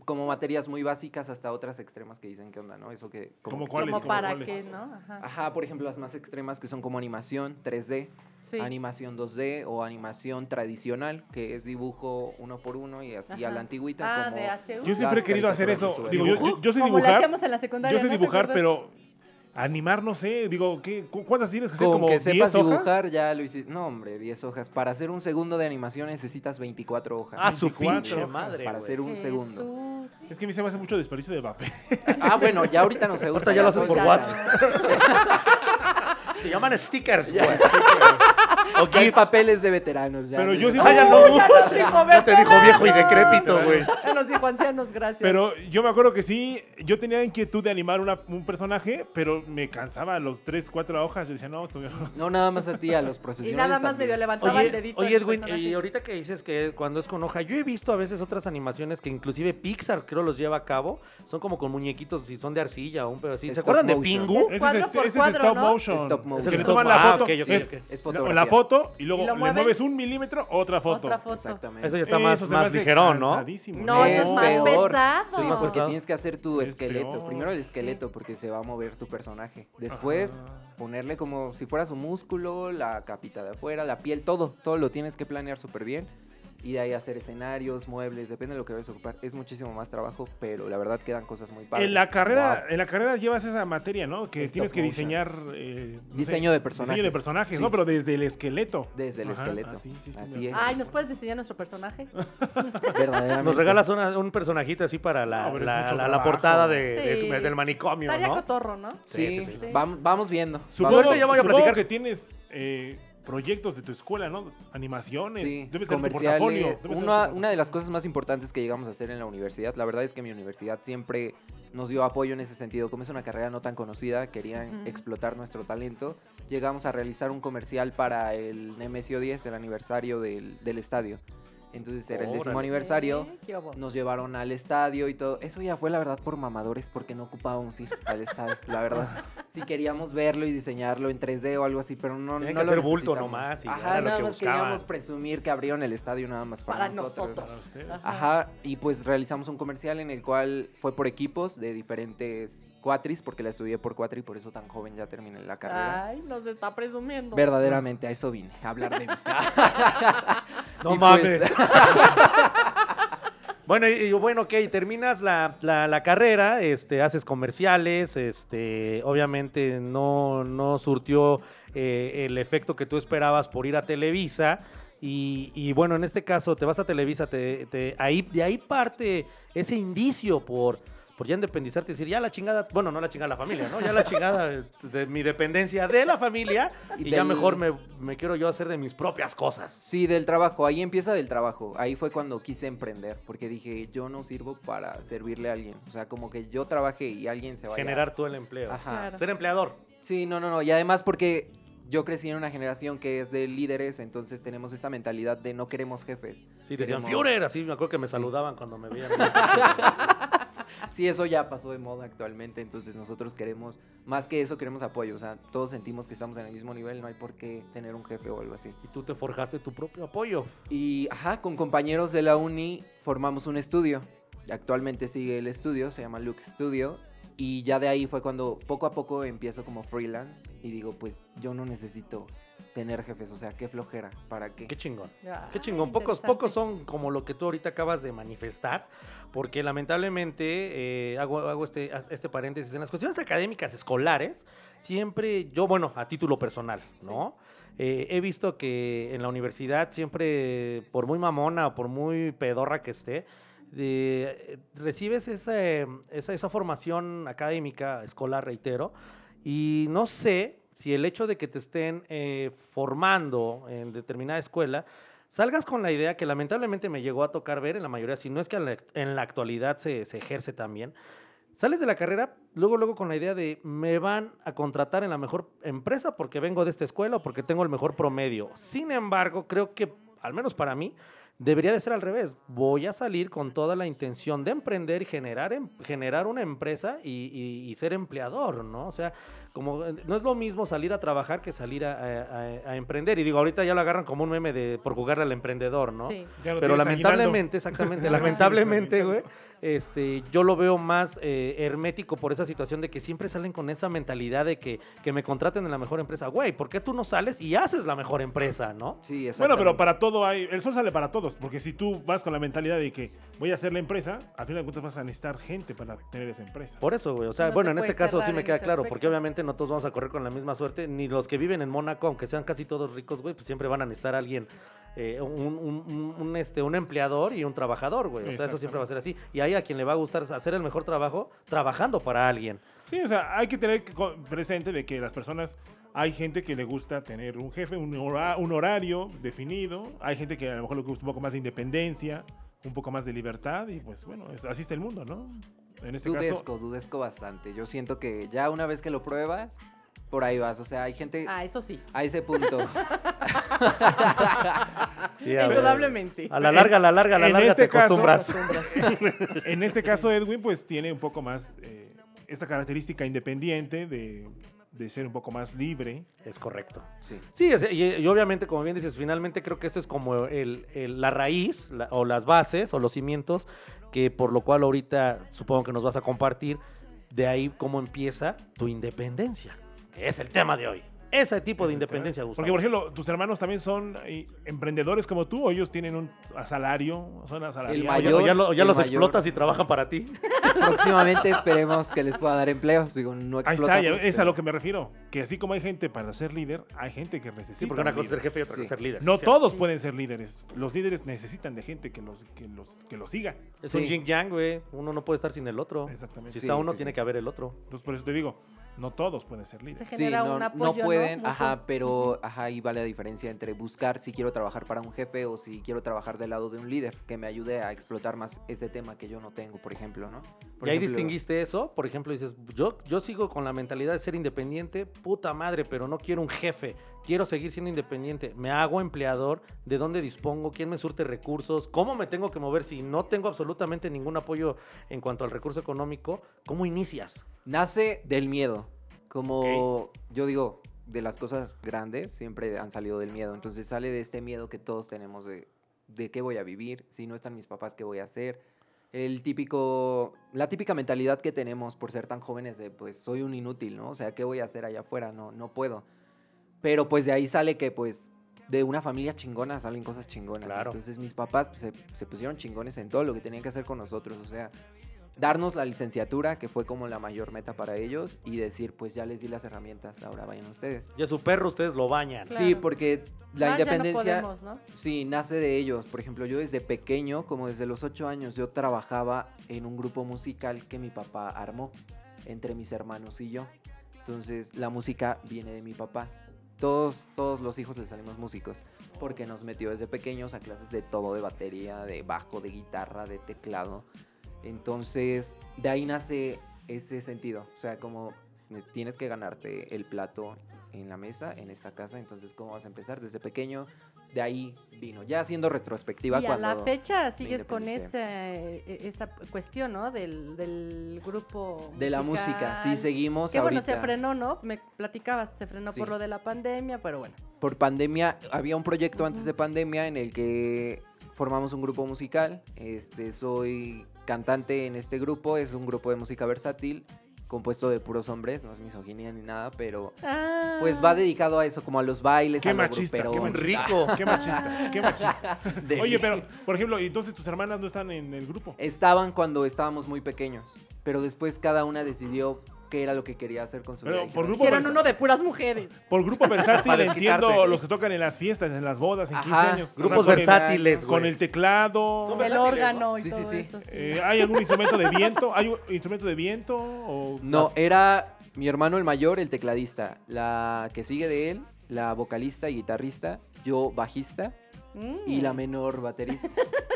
S6: como materias muy básicas hasta otras extremas que dicen qué onda, ¿no? Eso que...
S4: ¿Cómo
S6: que-
S4: ¿Cuáles?
S3: Como
S4: ¿Cómo
S3: para
S4: cuáles?
S3: qué, ¿no? Ajá.
S6: Ajá, por ejemplo, las más extremas que son como animación, 3D,
S3: Sí.
S6: animación 2D o animación tradicional, que es dibujo uno por uno y así a
S3: Ajá.
S6: la antigüita.
S3: Ah,
S6: como-
S3: de hace
S4: Yo
S3: un.
S4: siempre he querido hacer
S6: caricaturas
S4: eso.
S6: visuales.
S4: Digo, yo, yo, yo sé
S3: Como lo hacíamos
S4: dibujar.
S3: en la secundaria.
S4: Yo sé
S3: ¿no? ¿Te
S4: dibujar,
S3: acuerdas?
S4: pero animar, no sé. Digo, ¿qué, cu- ¿cuántas tienes que hacer?
S6: Con
S4: ¿Como
S6: que
S4: 10
S6: sepas dibujar,
S4: hojas?
S6: ya lo hiciste. No, hombre, 10 hojas. Para hacer un segundo de animación necesitas 24 hojas.
S2: Ah, su
S4: 24
S2: pinche
S4: hojas
S2: madre.
S6: para
S2: güey.
S6: hacer un segundo.
S3: Jesús.
S4: Es que a mí se me hace mucho desperdicio de papel.
S6: Ah, bueno, ya ahorita no se usa.
S2: Ahorita ya lo haces
S6: todo
S2: por
S6: está-
S2: WhatsApp. Se llaman stickers, [laughs] güey. O
S6: Ya Hay
S2: gifs.
S6: papeles de veteranos ya.
S4: Pero
S6: desde-
S4: yo sí-
S2: Ah, ya no.
S3: [laughs] Ya
S2: [laughs]
S3: nos dijo
S2: Ya te dijo viejo y
S3: veteranos.
S2: decrépito, güey.
S3: Ya nos dijo ancianos, gracias.
S4: Pero yo me acuerdo que sí, yo tenía inquietud de animar una- un personaje, pero me cansaba a los 3, 4 hojas. Yo decía, no, esto
S6: No nada más a ti, a los
S3: y
S6: profesionales.
S3: nada más
S6: Pues también.
S3: medio levantaba el
S2: Oye,
S3: dedito.
S2: oye,
S3: del
S2: Edwin, eh,
S3: personaje.
S2: y ahorita que dices que cuando es con hoja, yo he visto a veces otras animaciones que inclusive Pixar creo los lleva a cabo. Son como con muñequitos, si son de arcilla o un pedo así. ¿Se
S6: Stop
S2: acuerdan de
S6: motion.
S2: Pingu?
S3: Es cuadro
S4: este-
S3: por
S4: ese
S3: cuadro,
S4: stop
S3: ¿no?
S4: motion.
S6: Stop motion.
S4: Que le
S6: Es
S4: toman la
S2: stop- ah,
S4: foto.
S2: ok, ok,
S4: es-
S2: ok.
S6: Es
S4: la-
S6: fotografía.
S4: la foto y luego
S3: Y
S4: le
S3: lo mueven.
S4: mueves un milímetro, otra foto.
S3: Otra foto.
S6: Exactamente.
S2: Eso ya está más,
S4: Eso se me
S2: más
S4: hace
S2: ligerón, ¿no?
S4: cansadísimo.
S3: No, eso es
S6: Es
S3: más
S6: peor.
S3: pesado.
S6: Sí,
S2: más
S6: porque
S2: pesado.
S6: tienes que hacer tu
S4: Es
S6: esqueleto.
S4: peor.
S6: Primero el esqueleto, porque se va a mover tu personaje. Después,
S4: Ajá.
S6: ponerle como si fuera su músculo, la capita de afuera, la piel, todo. Todo lo tienes que planear súper bien. Y de ahí hacer escenarios, muebles, depende de lo que vayas a ocupar. Es muchísimo más trabajo, pero la verdad quedan cosas muy padres.
S4: En la carrera,
S6: Wow.
S4: en la carrera llevas esa materia, ¿no? Que
S6: Stop
S4: tienes que
S6: motion.
S4: diseñar eh, no sé,
S6: Diseño de personajes.
S4: Diseño de personajes,
S6: Sí.
S4: ¿no? Pero desde el esqueleto.
S6: Desde el
S4: Ajá,
S6: esqueleto.
S4: así, sí, sí,
S6: Así
S4: me
S6: es.
S3: Ay, ¿nos puedes diseñar nuestro personaje?
S6: Verdaderamente.
S2: Nos regalas una- un personajito así para la,
S4: No, pero es
S2: la,
S4: mucho
S2: la- la
S4: trabajo.
S2: portada de-
S3: Sí.
S2: de- del manicomio,
S3: Estaría
S2: ¿no?
S3: cotorro, ¿no?
S6: Sí,
S2: Sí, sí, sí.
S6: vam- Vamos, viendo.
S4: Supongo,
S2: Ahorita ya voy a
S4: supongo
S2: platicar.
S4: que tienes eh, proyectos de tu escuela, ¿no? Animaciones,
S6: Sí,
S4: debes tener tu portafolio.
S6: comerciales.
S4: debes tener tu
S6: Una,
S4: portafolio.
S6: una de las cosas más importantes que llegamos a hacer en la universidad, la verdad es que mi universidad siempre nos dio apoyo en ese sentido. Como es una carrera no tan conocida, querían
S3: Ujú.
S6: explotar nuestro talento. Llegamos a realizar un comercial para el Nemesio 10, el aniversario del, del estadio. Entonces era el décimo
S2: Órale.
S6: aniversario.
S3: Eh, ¿qué hubo?
S6: Nos llevaron al estadio y todo. Eso ya fue, la verdad, por mamadores, porque no ocupábamos ir al estadio,
S2: [laughs]
S6: la verdad. Sí queríamos verlo y diseñarlo en 3D o algo así, pero no, no
S2: Tenían
S6: lo
S2: que hacer bulto
S6: necesitamos.
S2: nomás y ya
S6: Ajá,
S2: era lo
S6: nada
S2: que
S6: más
S2: buscaban.
S6: queríamos presumir que abrieron el estadio nada más para,
S3: Para
S6: nosotros.
S3: nosotros.
S4: Para ustedes.
S6: Ajá, y pues realizamos un comercial en el cual fue por equipos de diferentes cuatris, porque la estudié por cuatri y por eso tan joven ya terminé la carrera.
S3: Ay, nos está presumiendo.
S6: Verdaderamente, a eso vine, a hablar de mí.
S2: No
S6: Y
S2: mames.
S6: pues-
S2: [laughs] Bueno, y, y bueno, ok, terminas la, la- la carrera, este, haces comerciales, este, obviamente no, no surtió eh, el efecto que tú esperabas por ir a Televisa. Y, y bueno, en este caso te vas a Televisa, te, te- ahí, de ahí parte ese indicio por, por ya independizarte y decir, ya la chingada, bueno, no la chingada la familia, ¿no? Ya la chingada de, de mi dependencia de la familia y,
S6: Y
S2: ya
S6: del-
S2: mejor me, me quiero yo hacer de mis propias cosas.
S6: Sí, del trabajo, ahí empieza del trabajo. Ahí fue cuando quise emprender, porque dije, yo no sirvo para servirle a alguien. O sea, como que yo trabajé y alguien se vaya.
S2: Generar tú el empleo.
S6: Ajá.
S3: Claro.
S2: Ser empleador.
S6: Sí, no, no, no. Y además porque yo crecí en una generación que es de líderes, entonces tenemos esta mentalidad de no queremos jefes.
S2: Sí, decían
S6: Queremos-
S2: Führer, así me acuerdo que me saludaban cuando me veían.
S6: Sí, eso ya pasó de moda actualmente, entonces nosotros queremos, más que eso, queremos apoyo. O sea, todos sentimos que estamos en el mismo nivel, no hay por qué tener un jefe o algo así.
S2: y tú te forjaste tu propio apoyo.
S6: Y, ajá, con compañeros de la uni formamos un estudio. Actualmente sigue el estudio, se llama Look Studio. Y ya de ahí fue cuando poco a poco empiezo como freelance y digo, pues yo no necesito tener jefes, o sea, qué flojera, ¿para qué?
S2: Qué chingón.
S3: Ay,
S2: Qué chingón. Pocos,
S3: interesante.
S2: pocos son como lo que tú ahorita acabas de manifestar, porque lamentablemente eh, hago, hago este, este paréntesis. En las cuestiones académicas escolares, siempre yo, bueno, a título personal, ¿no? Eh, he visto que en la universidad siempre, por muy mamona o por muy pedorra que esté, de- eh, recibes esa, eh, esa, esa formación académica, escolar, reitero, y no sé si el hecho de que te estén eh, formando en determinada escuela, salgas con la idea que lamentablemente me llegó a tocar ver en la mayoría, si no es que en la, en la actualidad se, se ejerce también, sales de la carrera luego, luego con la idea de me van a contratar en la mejor empresa porque vengo de esta escuela o porque tengo el mejor promedio. Sin embargo, creo que, al menos para mí, Debería de ser al revés. Voy a salir con toda la intención de emprender y generar, em- generar una empresa y, y- y ser empleador, ¿no? O sea, como eh, no es lo mismo salir a trabajar que salir a, a- a- a emprender. Y digo, ahorita ya lo agarran como un meme de por jugarle al emprendedor, ¿no?
S3: Sí.
S4: Ya lo
S2: Pero
S4: tienes aguinaldo.
S2: lamentablemente,
S4: [laughs]
S2: exactamente, lamentablemente, güey, este, yo lo veo más eh, hermético por esa situación de que siempre salen con esa mentalidad de que, que me contraten en la mejor empresa. Güey, ¿por qué tú no sales y haces la mejor empresa, no?
S6: Sí,
S4: Bueno,
S6: exactamente.
S4: pero para todo hay. El sol sale para todos. Porque si tú vas con la mentalidad de que voy a hacer la empresa, al final de cuentas vas a necesitar gente para tener esa empresa.
S2: Por eso, güey. O sea,
S3: No te
S2: bueno, en este
S3: puedes
S2: caso sí
S3: cerrar
S2: me
S3: en
S2: queda
S3: ese
S2: claro,
S3: aspecto.
S2: porque obviamente no todos vamos a correr con la misma suerte, ni los que viven en Mónaco, aunque sean casi todos ricos, güey, pues siempre van a necesitar a alguien, eh, un, un- un- un, este, un empleador y un trabajador, güey. O sea, eso siempre va a ser así. Y ahí a quien le va a gustar hacer el mejor trabajo trabajando para alguien.
S4: Sí, o sea, hay que tener que co- presente de que las personas. Hay gente que le gusta tener un jefe, un, hora- un horario definido. Hay gente que a lo mejor le gusta un poco más de independencia, un poco más de libertad. Y pues bueno, es- así está el mundo, ¿no? En este
S6: Dudesco,
S4: caso.
S6: dudesco bastante. Yo siento que ya una vez que lo pruebas, por ahí vas. O sea, hay gente
S3: Ah, eso sí.
S6: a ese punto.
S2: Sí, a ver.
S3: Indudablemente.
S2: A la larga, a la larga, a la
S4: En
S2: larga
S4: este
S2: te acostumbras.
S4: caso- [laughs] En este caso, Edwin, pues tiene un poco más eh, esta característica independiente de, de ser un poco más libre.
S2: Es correcto.
S6: sí.
S2: Sí, es- y, y obviamente, como bien dices, finalmente creo que esto es como el- el- la raíz la- o las bases o los cimientos que por lo cual ahorita supongo que nos vas a compartir de ahí cómo empieza tu independencia, que es el tema de hoy. Ese tipo de independencia, Gustavo.
S4: Porque, por ejemplo, tus hermanos también son eh, emprendedores como tú, o ellos tienen un salario, son asalariados.
S6: El
S2: O ya,
S6: mayor-
S2: o ya lo- o ya
S6: el
S2: los
S6: mayor-
S2: explotas y trabajan para ti.
S6: Próximamente esperemos que les pueda dar empleo. Digo, no
S4: Ahí está, ya-
S6: explotamos, este,
S4: es a
S6: pero-
S4: lo que me refiero. Que así como hay gente para ser líder, hay gente que necesita.
S2: Sí, porque una
S4: un
S2: cosa es ser
S4: líder.
S2: jefe y otra cosa es
S6: Sí.
S2: ser líder.
S4: No
S2: Sí,
S4: todos pueden ser líderes. Los líderes necesitan de gente que los, que los, que los siga.
S2: Es un
S6: Sí.
S2: yin yang, güey. Uno no puede estar sin el otro.
S4: Exactamente.
S2: Si
S6: Sí,
S2: está uno,
S6: sí,
S2: tiene
S6: sí.
S2: que haber el otro.
S4: Entonces, por eso te digo, No todos pueden ser
S3: Se
S4: líderes.
S3: genera
S6: no,
S3: un
S6: no
S3: apoyo.
S6: pueden,
S3: Mutuo.
S6: ajá, pero ajá, ahí vale la diferencia entre buscar si quiero trabajar para un jefe o si quiero trabajar del lado de un líder que me ayude a explotar más ese tema que yo no tengo, por ejemplo, ¿no? Por
S2: y ahí
S6: ejemplo,
S2: distinguiste eso, por ejemplo, dices, yo, yo sigo con la mentalidad de ser independiente, puta madre, pero no quiero un jefe, quiero seguir siendo independiente, me hago empleador, de dónde dispongo, quién me surte recursos, cómo me tengo que mover si no tengo absolutamente ningún apoyo en cuanto al recurso económico, ¿cómo inicias?
S6: Nace del miedo. Como yo digo, de las cosas grandes siempre han salido del miedo. Entonces sale de este miedo que todos tenemos de, de qué voy a vivir, si no están mis papás, qué voy a hacer. El típico, la típica mentalidad que tenemos por ser tan jóvenes de pues soy un inútil, ¿no? O sea, ¿qué voy a hacer allá afuera? No, no puedo. Pero pues de ahí sale que pues de una familia chingona salen cosas chingonas.
S2: Claro.
S6: Entonces mis papás pues, se, se pusieron chingones en todo lo que tenían que hacer con nosotros. O sea, darnos la licenciatura, que fue como la mayor meta para ellos, y decir pues ya les di las herramientas, ahora vayan ustedes.
S2: Ya su perro ustedes lo bañan.
S3: Claro.
S6: Sí, porque la
S3: Más ya no
S6: independencia...
S3: podemos, ¿no?
S6: Sí, nace de ellos. Por ejemplo, yo desde pequeño, como desde los 8 años, yo trabajaba en un grupo musical que mi papá armó entre mis hermanos y yo. Entonces, la música viene de mi papá. Todos, todos los hijos le salimos músicos, porque nos metió desde pequeños a clases de todo, de batería, de bajo, de guitarra, de teclado. Entonces, de ahí nace ese sentido. O sea, como eh, tienes que ganarte el plato en la mesa, en esta casa, entonces, ¿cómo vas a empezar? Desde pequeño, de ahí vino. Ya haciendo retrospectiva
S3: Y a
S6: cuando...
S3: la fecha sigues con
S6: independicé.
S3: esa, eh, esa cuestión, ¿no? Del, del grupo.
S6: de la música, sí,
S3: musical.
S6: seguimos
S3: Que bueno,
S6: ahorita.
S3: se frenó, ¿no? Me platicabas, se frenó por
S6: Sí.
S3: lo de la pandemia, pero bueno.
S6: Por pandemia, había un proyecto antes
S3: Ujú.
S6: de pandemia en el que formamos un grupo musical. Este, soy cantante en este grupo, es un grupo de música versátil, compuesto de puros hombres, no es misoginia ni nada, pero pues va dedicado a eso, como a los bailes,
S4: Qué
S6: a lo
S4: machista, qué
S6: gruperón.
S4: machista.
S2: Rico.
S4: Qué machista, qué machista.
S2: [laughs]
S6: De-
S4: Oye, pero, por ejemplo, entonces tus hermanas no están en el grupo.
S6: Estaban cuando estábamos muy pequeños, pero después cada una decidió qué era lo que quería hacer con su
S4: Pero,
S6: vida. "Pues,
S4: por
S6: Dijeron,
S4: grupo
S3: Hicieron
S4: versátil.
S3: Ah. uno de puras mujeres.
S2: [laughs]
S4: Por grupo versátil
S2: Para
S4: entiendo
S2: desquitarse.
S4: los que tocan en las fiestas, en las bodas, en 15
S6: Ajá.
S4: años. O sea,
S2: Grupos
S4: con el-
S2: versátiles,
S4: Con el
S2: güey.
S4: teclado.
S2: Son
S3: El órgano y
S6: Sí, sí,
S3: todo
S6: sí.
S3: eso. sí.
S4: Eh, ¿Hay algún instrumento de viento? ¿Hay un instrumento de viento? O
S6: No, era mi hermano el mayor, el tecladista. La que sigue de él, la vocalista y guitarrista. Yo, bajista. Y la
S3: Mm. [laughs]
S6: menor, baterista.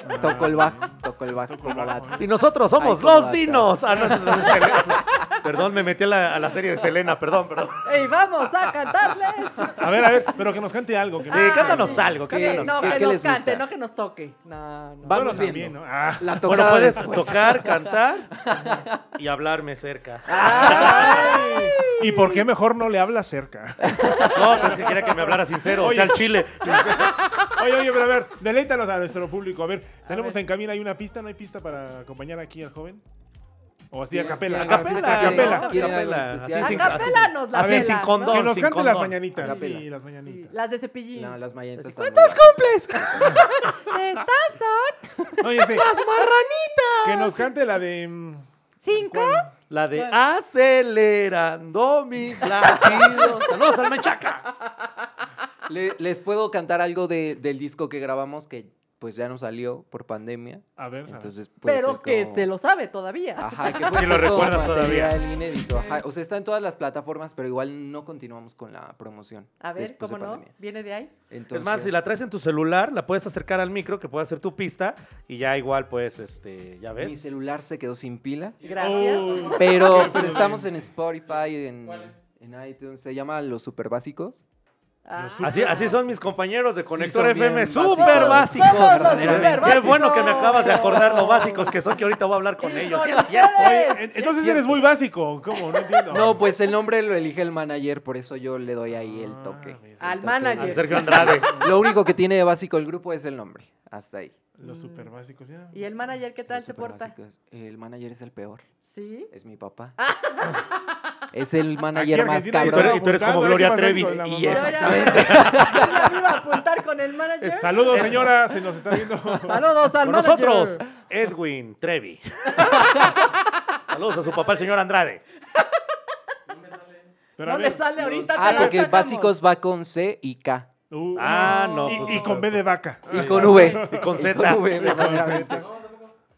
S4: Ah.
S6: Toco el bajo, toco el bajo
S4: Toco el
S6: como
S4: bajo,
S6: vato.
S2: Y nosotros somos
S6: Ay, cómo
S2: los
S6: acá.
S2: dinos. Ah, no, eso es- eso es- eso es- perdón, me metí a la, a la serie de Selena, perdón, perdón.
S3: ¡Ey, vamos a
S6: [laughs]
S3: cantarles!
S4: A ver, a ver, pero que nos cante algo. Que
S2: Sí, Eh, cántanos algo,
S6: ¿Qué?
S2: cántanos
S3: no,
S6: sí,
S3: que
S6: ¿qué
S3: nos
S6: les gusta?
S3: cante, no que nos toque. No, no.
S6: Vamos
S4: Bueno, también,
S6: viendo.
S4: ¿no? Ah,
S6: La
S2: Bueno,
S6: tocada
S2: puedes
S6: después.
S2: tocar, cantar y hablarme cerca.
S4: ¿Y por qué mejor no le hablas cerca?
S2: No, pero es que quería que me hablara sincero,
S4: Oye.
S2: o sea, al chile.
S4: Oye, oye, pero a ver, deleítanos a nuestro público. A ver, tenemos
S3: ver.
S4: en camino, ¿hay una pista? ¿No hay pista para acompañar aquí al joven? O así, a capela.
S6: ¿Quieren-
S4: A capela,
S6: quieren-
S4: a capela.
S2: ¿no?
S6: ¿Quieren algo
S2: Acapela, así
S6: especial?
S3: sin-
S2: así-
S3: Acapela nos la
S2: así
S3: pelan,
S2: sin
S3: ¿no?
S2: condón.
S4: Que nos
S2: sin
S4: cante las
S2: condón.
S4: mañanitas.
S6: Acapela.
S4: Sí, las
S3: Sí,
S4: mañanitas.
S3: Las de cepillín.
S6: No, las mañanitas.
S3: Así,
S6: están muy
S3: Estas
S6: buenas. [laughs]
S3: son
S4: Oye, sí,
S3: marranitas.
S4: que nos cante la de... mm,
S3: Cinco.
S2: La de
S3: Bueno.
S2: acelerando mis latidos. Saludos al Mechaca.
S6: Le- les puedo cantar algo de- del disco que grabamos que pues ya no salió por pandemia.
S4: A ver, a ver.
S6: Entonces, puede
S3: Pero
S6: ser
S3: que
S6: como-
S3: se lo sabe todavía. [laughs]
S6: Ajá, que fue
S2: Sí lo
S6: sexo
S2: recuerdas todavía.
S6: material inédito, ajá. O sea, está en todas las plataformas, pero igual no continuamos con la promoción.
S3: A ver,
S6: después de
S3: ¿cómo no?
S6: pandemia.
S3: Viene de ahí.
S6: Entonces,
S2: Es más, si la traes en tu celular, la puedes acercar al micro, que puede ser tu pista, y ya igual, pues, este, ya
S6: mi
S2: ves.
S6: celular se quedó sin pila,
S3: Gracias.
S4: Uy.
S6: pero,
S4: Qué
S6: pero estamos en
S4: problema.
S6: Spotify, en, en iTunes, se llama Los Super Básicos.
S3: Ah.
S2: Así, así son mis compañeros de Conector
S6: son bien
S2: FM,
S6: básicos.
S2: súper básicos.
S3: Somos los
S2: verdaderamente.
S3: súper
S2: Qué bueno que me
S3: básicos.
S2: acabas de acordar lo básicos que son, que ahorita voy a hablar con
S3: Sí,
S2: ellos.
S3: con
S2: Sí, es cierto.
S4: Oye, en-
S3: Sí,
S4: entonces
S3: es
S4: eres muy básico. ¿Cómo? No entiendo.
S6: No, pues el nombre lo elige el manager, por eso yo le doy ahí el toque.
S4: Ah, mira.
S3: Al
S6: toque.
S2: Al
S3: manager.
S2: Sergio Andrade.
S6: Lo único que tiene de básico el grupo es el nombre, hasta ahí.
S4: Los super básicos, ya.
S3: ¿Y el manager qué tal
S6: Los
S3: se porta?
S6: Superbásicos. El manager es el peor.
S3: ¿Sí?
S6: Es mi papá.
S3: Ah.
S6: [laughs] es el
S4: Aquí
S6: manager
S4: en
S6: más
S4: Argentina
S2: y
S6: cabrón.
S2: tú eres como
S4: apuntando,
S2: Gloria
S4: ¿qué pasó
S2: Trevi.
S4: con la mamá?
S6: Y
S3: Yo
S6: esa-
S3: ya, [laughs] yo ya me iba a apuntar con el manager.
S4: Saludos, señora. Se nos está viendo.
S3: Saludos al
S2: Con
S3: manager.
S2: nosotros, Edwin Trevi. [laughs] Saludos a su papá, el señor Andrade.
S4: Pero a
S3: no
S4: ver,
S3: le sale ahorita.
S6: Ah,
S3: te la
S6: porque
S3: sacamos.
S6: básicos va con C y K.
S4: Uh,
S2: Ah, no.
S4: y,
S2: pues,
S4: y con B de vaca.
S6: Y con V.
S2: Y con
S6: [laughs] Y
S2: Z.
S6: con V,
S4: con
S6: verdaderamente.
S4: Z.
S6: No,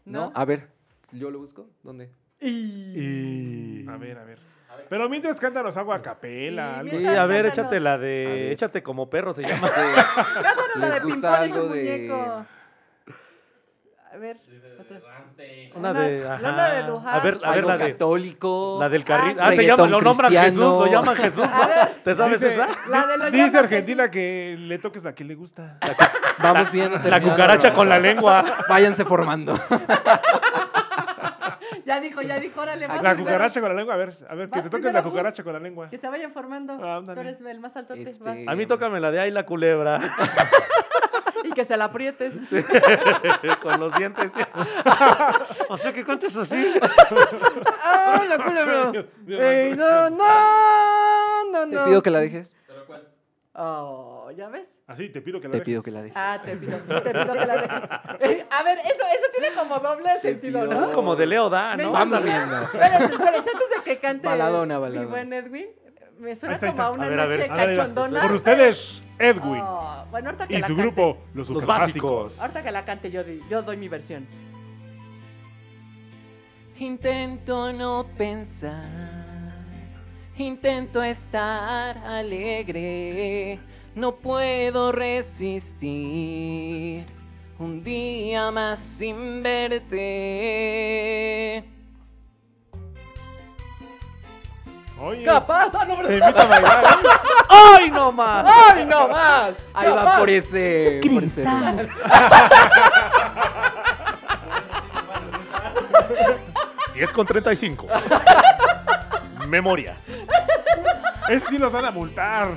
S3: No.
S6: [laughs] a ver. Yo lo busco. ¿Dónde?
S3: Y...
S4: A ver, a ver. Pero mientras cántanos agua a capela. algo
S3: Sí,
S2: Sí,
S4: así.
S2: a ver,
S3: cántanos.
S2: échate la de.
S6: A ver.
S2: Échate como perro, se llama.
S6: Que-
S3: Cántanos la
S6: ¿Les
S3: de Pink
S6: gusta
S3: Floyd y su
S6: algo de-
S3: muñeco. A ver, otra.
S2: Una de.
S3: Una-
S2: ajá.
S3: una de Duhar.
S2: A ver, a ver
S6: algo
S2: la de.
S6: católico.
S2: La del carril.
S3: Ah,
S2: Ah, se llama,
S6: reggaetón
S2: lo nombran Jesús,
S6: cristiano.
S2: lo llaman Jesús.
S3: A ver.
S2: ¿Te sabes
S4: Dice-
S2: esa?
S3: La de los llamas
S4: Dice
S3: Jesús.
S4: Argentina que le toques la que le gusta.
S6: Vamos viendo.
S2: La
S6: terminando
S2: cucaracha con la
S6: rola.
S2: lengua.
S6: Váyanse formando.
S3: Ya dijo, ya dijo, órale, vas a
S4: La
S3: hacer-
S4: cucaracha con la lengua, a ver, a ver, que
S3: Vas
S4: te toques
S3: primero
S4: la
S3: vos.
S4: cucaracha con la lengua.
S3: Que se vayan formando.
S4: Ah, ándale.
S3: Tú eres el más altote.
S6: Este-
S3: vas.
S2: A mí tócame la de ahí la culebra. [laughs]
S3: Y que se la aprietes.
S2: Con los dientes. o sea que cuentes así.
S3: ¡Ah, la culebra!
S4: [laughs] Dios, Dios
S3: ¡Ey,
S4: santo.
S3: no, no, no,
S6: [laughs] Te
S3: no!
S6: pido que la dejes.
S3: Oh, ¿ya ves?
S4: Así, te pido que la
S6: Te
S4: dejes.
S6: pido que la dejes.
S3: Ah, te pido, te pido que la dejes. Eh, a ver, eso, eso tiene como doble sentido,
S6: pido-
S3: ¿no?
S2: Eso es como de Leo Da, ¿no?
S3: Ah,
S6: Vamos
S3: Ándale. [laughs]
S6: viendo.
S3: Espérense, espérense, antes de que cante
S6: Baladona,
S3: mi
S6: baladona.
S3: buen Edwin, me
S4: Ahí
S3: suena
S4: está, ahí
S3: como a
S4: está.
S3: una
S2: A ver, a ver,
S3: noche
S4: Ándale, vas.
S3: cachondona.
S4: Por ustedes, Edwin
S3: Oh, bueno, ahorita que
S4: y
S3: la
S4: su
S3: cante.
S4: grupo, los,
S2: Los
S4: Superbásicos.
S2: básicos.
S3: Ahorita que la cante yo, di- yo doy mi versión.
S5: Intento no pensar, intento estar alegre, no puedo resistir un día más sin verte.
S4: Oye,
S3: ¿Qué pasa? No,
S4: te
S3: pero...
S4: invito a bailar. ¿eh?
S2: ¡Ay, no más!
S3: ¡Ay, no más!
S6: Ahí va
S5: ah,
S6: por ese. Por ese rumbo.
S2: Y es con 35. Memorias.
S4: Ese sí nos van a multar.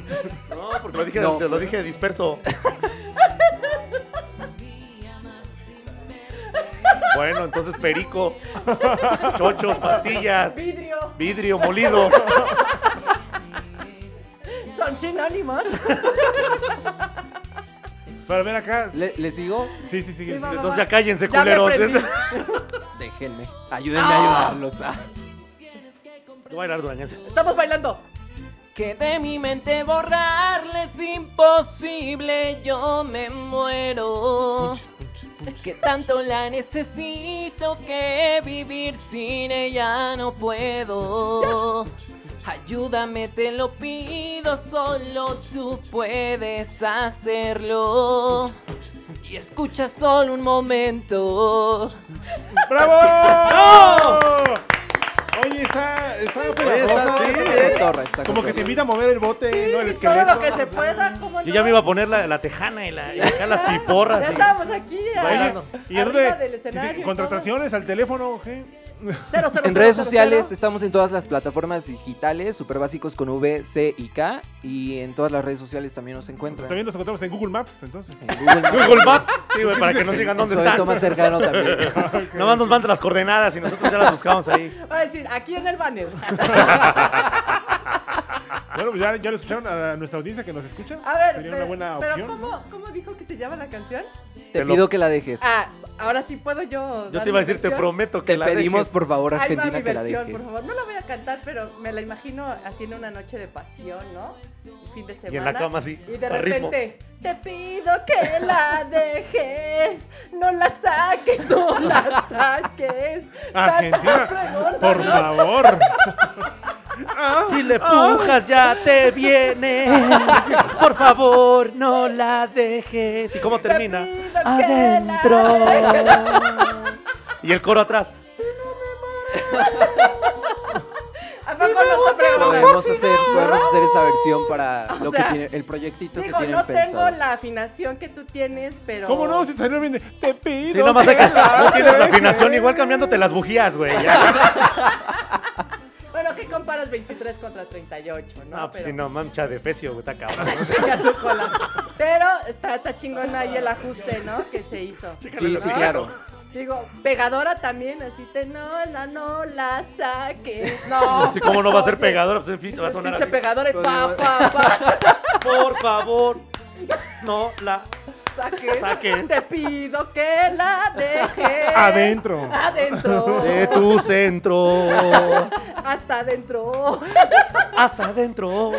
S2: No, porque lo dije,
S6: No.
S2: te lo dije disperso. Bueno, entonces perico, chochos, pastillas,
S3: Vidrio,
S2: vidrio molido. [laughs]
S3: son sinónimos.
S4: Para ver acá.
S6: ¿Le, le sigo?
S4: Sí, sí, sí.
S3: Sí, va, va,
S2: Entonces ya cállense, culeros.
S3: aprendí.
S6: Déjenme. Ayúdenme a ayudarlos. Ah.
S2: No bailar dueñas.
S3: Estamos bailando.
S5: Que de mi mente borrarle es imposible, yo me muero. Que tanto la necesito que vivir sin ella no puedo. Ayúdame, te lo pido, solo tú puedes hacerlo. Y escucha solo un momento.
S4: ¡Bravo! Oye, está, está pegajosa.
S2: está, sí,
S6: Está cotorra, está
S4: ¿Eh? Como que
S6: cotorra.
S4: te invita a mover el bote, ¿no? El
S3: Todo
S4: esqueleto.
S3: lo que se pueda, ¿cómo
S2: Yo
S3: no?
S2: ya me iba a poner la, la tejana y, la, y acá las piporras.
S3: Ya
S2: y-
S3: estábamos aquí. a-
S4: Oye, ¿y en
S3: arriba
S4: dónde?
S3: del escenario y todo.
S4: Contrataciones al teléfono, ¿eh?
S3: Cero, cero,
S6: En
S3: cero,
S6: redes
S3: cero,
S6: sociales
S3: cero.
S6: estamos en todas las plataformas digitales, Superbásicos con V, C y K. Y en todas las redes sociales también nos encuentran.
S4: También nos encontramos en Google Maps, entonces.
S6: En Google Maps.
S2: [laughs] Google Maps, sí, güey, para que nos digan
S6: En
S2: dónde
S6: su evento
S2: están.
S6: más cercano también.
S2: Nada más nos mandan las coordenadas y nosotros ya las buscamos ahí.
S3: Ahora decir, aquí en el banner.
S4: Bueno, pues ya, ya lo escucharon a nuestra audiencia que nos escucha.
S3: A ver,
S4: Sería
S3: pero,
S4: una buena
S3: pero
S4: opción.
S3: ¿cómo, ¿cómo dijo que se llama la canción?
S6: Te
S2: Te lo-
S6: pido que la dejes.
S3: Ah, ahora sí puedo yo.
S2: Yo
S3: dar
S2: te iba a
S3: mi
S2: decir, te
S3: versión?
S2: prometo que
S6: Te
S2: la
S6: pedimos,
S2: dejes.
S6: por favor,
S3: Ahí va mi
S6: Argentina, que la
S3: versión,
S6: dejes.
S3: por favor. No la voy a cantar, pero me la imagino haciendo una noche de pasión, ¿no? Un Fin de semana.
S2: Y en la cama así,
S3: Y de
S2: a ritmo.
S3: repente, te pido que la dejes, no la saques, no la saques.
S4: Argentina,
S3: Tanta
S4: Por
S3: pregunta,
S4: favor.
S2: Si le pujas ya te viene. Por favor, no la dejes. ¿Y cómo
S3: Te
S2: termina?
S3: pido que la
S2: Adentro. Y el coro atrás.
S3: ¿A poco no te preguntas?
S6: Podemos hacer, podemos hacer esa versión para
S3: O
S6: lo
S3: sea,
S6: que tiene, el proyectito que
S3: Digo,
S6: tienen
S3: no
S6: pensado.
S3: tengo la afinación que tú tienes, pero.
S4: ¿Cómo no? Si te salió bien. de- Te pido.
S2: Sí, nomás
S4: que
S2: hay que-
S4: la
S2: no tienes la
S4: dejes.
S2: afinación, igual cambiándote las bujías, güey. ya.
S3: Bueno, ¿qué comparas 23 contra 38, no?
S2: No, pues si
S3: Pero-
S2: no, mancha de pecio, güey, está cabrón.
S3: Chica tu cola. Pero está, está chingón ahí el ajuste, ¿no? Que se hizo.
S6: Sí, sí,
S3: ¿No?
S6: claro.
S3: Digo, pegadora también, así te no, la no la saques. No.
S2: Así como no va a ser
S3: oye,
S2: pegadora, pues en fin, va a sonar
S3: Pinche
S2: así.
S3: pegadora y pa,
S6: Pues,
S3: pa, pa.
S2: Por favor, no la [laughs]
S3: Saques.
S2: Saques.
S3: Te pido que la dejes.
S4: Adentro.
S3: Adentro.
S2: de tu centro
S3: Hasta adentro.
S2: hasta adentro.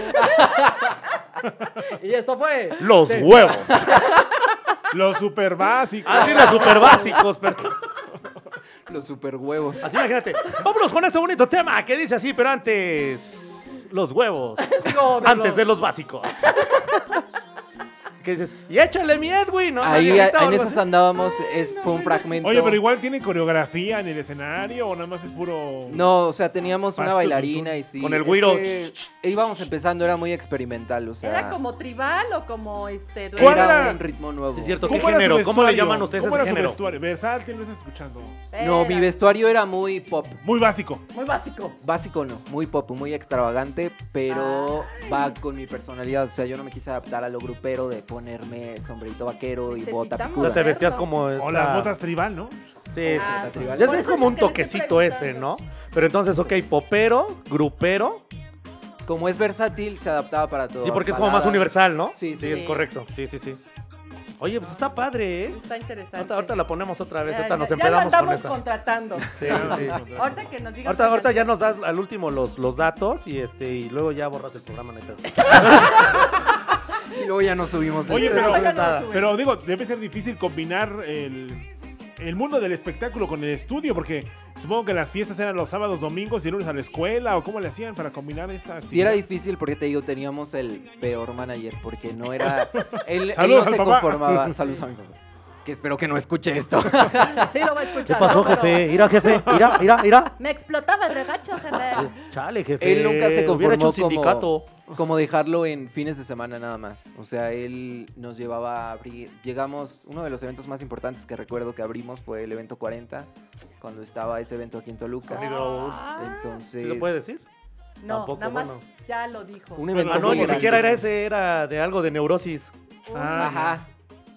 S3: Y eso fue.
S2: Los
S3: Sí.
S2: huevos.
S4: Los super básicos.
S2: Así los super básicos, perdón.
S6: Los super huevos.
S2: Así imagínate. Vámonos con este bonito tema que dice así, pero antes. Los huevos. antes de los básicos. que dices, y échale mi Edwin, ¿no?
S6: Ahí,
S2: Margarita, o
S6: en
S2: algo
S6: esos
S2: así.
S6: andábamos, es, fue un fragmento.
S4: Oye, pero igual tiene coreografía en el escenario o nada más es puro.
S6: No, o sea, teníamos una
S4: Pasto,
S6: bailarina y sí.
S2: Con el
S6: es
S2: güiro.
S6: que íbamos empezando, era muy experimental, o sea.
S3: ¿Era como tribal o como este
S6: era
S4: ¿Cuál era?
S6: un ritmo nuevo.
S2: Sí, es cierto.
S4: ¿Cómo
S2: ¿Qué
S4: era su
S2: género? ¿Cómo le
S4: vestuario?
S2: llaman ustedes ese
S4: ¿Cómo era su
S2: género?
S4: vestuero? Versátil, no estás escuchando.
S6: No, mi vestuario era muy pop.
S4: Muy básico.
S3: Muy básico.
S6: Básico no, muy pop, muy extravagante, pero va con mi personalidad. O sea, yo no me quise adaptar a lo grupero de ponerme sombrerito vaquero y
S2: O
S3: Necesitamos
S6: bota
S2: sea, te
S6: picuda.
S3: ver-
S2: vestías como esta...
S4: O las botas tribal, ¿no?
S2: Sí, sí.
S3: Ah,
S6: tribal.
S2: Ya
S3: Por
S2: es
S3: eso
S2: como
S3: es
S2: un
S3: que les estoy
S2: toquecito ese, ¿no?
S3: preguntando.
S2: Pero entonces, ok, popero, grupero.
S6: Como es versátil, se adaptaba para todo.
S2: Sí, porque es como más
S6: baladas.
S2: universal, ¿no?
S6: Sí, sí,
S2: es
S3: sí.
S2: correcto. Sí, sí, sí. Oye, pues está padre, ¿eh?
S3: Está interesante.
S2: Ahorita, ahorita la ponemos otra vez,
S3: Ya-
S2: ahorita
S3: ya-
S2: nos
S3: ya lo
S2: empedamos con
S3: andamos
S2: esa.
S3: contratando.
S2: Sí, sí, sí.
S3: Ahorita que nos digas.
S2: Ahorita, ahorita ya nos das al último los, los datos y este y luego ya borras el programa, neta.
S6: Y luego ya nos subimos.
S4: Oye,
S6: este-
S4: pero,
S3: Sácanos,
S4: nada.
S3: güey.
S4: pero digo, debe ser difícil combinar el, el mundo del espectáculo con el estudio, porque supongo que las fiestas eran los sábados, domingos y lunes a la escuela, o cómo le hacían para combinar estas.
S6: Sí era difícil porque te digo, teníamos el peor manager porque
S2: [laughs]
S6: no era... Él, él
S4: Saludos
S6: no
S4: al
S6: se
S4: papá.
S6: conformaba. Saludos a mi papá. Que espero que no escuche esto.
S3: Sí, lo va a escuchar.
S2: ¿Qué pasó,
S3: no, pero-
S2: jefe? Mira, jefe, mira, mira, mira.
S3: Me explotaba el regacho, jefe.
S2: Chale, jefe.
S6: [laughs] Ah. él nunca se
S2: Hubiera hecho
S6: conformó
S2: un sindicato.
S6: como, como dejarlo en fines de semana nada más. O sea, él nos llevaba a abrir... Llegamos, uno de los eventos más importantes que recuerdo que abrimos fue el evento 40, cuando estaba ese evento aquí en Toluca.
S2: Sonido-
S6: Entonces...
S2: ¿Sí se puede decir?
S3: No,
S2: Tampoco,
S3: nada más
S2: bueno.
S3: ya lo dijo.
S6: Un
S3: Un,
S6: evento
S2: Ah, no,
S6: muy
S2: ni
S6: grande.
S2: siquiera era ese, era de algo de neurosis.
S4: Ah,
S6: Ajá.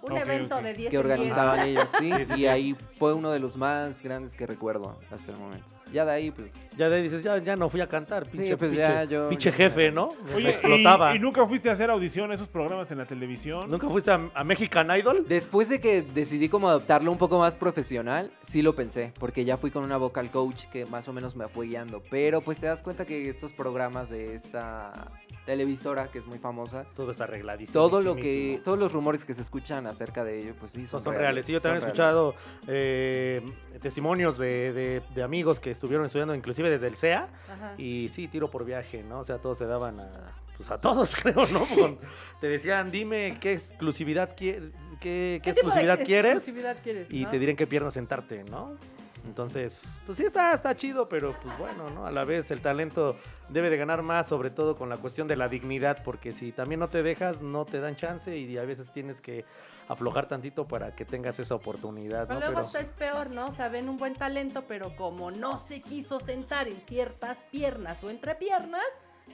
S3: un
S4: Ok,
S3: evento
S4: ok.
S3: de 10
S6: que
S3: en 10.
S6: organizaban ellos, ¿sí?
S2: [laughs] Sí, sí,
S6: y
S2: sí.
S6: ahí fue uno de los más grandes que recuerdo hasta el momento. Ya de ahí, pues,
S2: Ya de ahí dices, ya, ya no fui a cantar, pinche,
S6: pues
S2: pinche-
S6: ya yo-
S2: pinche
S6: yo-
S2: jefe, ¿no? Me-
S4: Oye,
S2: Me
S4: y-
S2: explotaba.
S4: Y, nunca fuiste a hacer audición a esos programas en la televisión?
S2: ¿Nunca fuiste a, a Mexican Idol?
S6: Después de que decidí como adoptarlo un poco más profesional, sí lo pensé, porque ya fui con una vocal coach que más o menos me fue guiando. Pero pues te das cuenta que estos programas de esta televisora, que es muy famosa,
S2: Todo está arregladísimo.
S6: todo lo que, todos los rumores que se escuchan acerca de ello, pues sí,
S2: Son,
S6: son,
S2: son reales. Sí, yo
S6: son
S2: también he
S6: reales.
S2: escuchado eh, testimonios de, de- de amigos que estuvieron estudiando inclusive desde el CEA.
S3: Ajá.
S2: Y sí, tiro por viaje, ¿no? O sea, todos se daban a... Pues a todos, [laughs] creo, ¿no? Con- te decían, dime qué exclusividad, quie- qué, qué
S3: ¿Qué tipo de
S2: exclusividad quieres.
S3: exclusividad quieres?
S2: y
S3: no?
S2: te dirán qué pierna sentarte, ¿no? Entonces, pues sí está, está chido, pero pues bueno, ¿no? A la vez el talento debe de ganar más, sobre todo con la cuestión de la dignidad, porque si también no te dejas, no te dan chance y a veces tienes que aflojar tantito para que tengas esa oportunidad,
S3: Pero
S2: ¿no?
S3: luego
S2: Pero
S3: hasta es peor, ¿no? O sea, ven un buen talento, pero como no se quiso sentar en ciertas piernas o entrepiernas,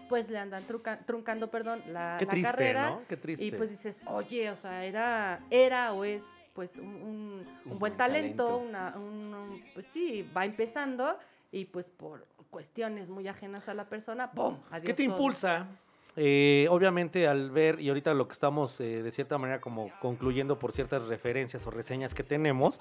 S3: pues le andan truca- truncando, perdón, la,
S2: qué
S3: la
S2: triste,
S3: carrera.
S2: ¿no? Qué triste.
S3: Y pues dices, oye, o sea, era, era o es pues un, un- un
S6: Un
S3: buen
S6: buen
S3: talento,
S6: talento.
S3: Una, un- un- pues sí, va empezando y pues por cuestiones muy ajenas a la persona, ¡pum! Adiós
S2: ¿Qué te
S3: todo.
S2: impulsa? Eh, obviamente al ver, y ahorita lo que estamos eh, de cierta manera como concluyendo por ciertas referencias o reseñas que tenemos,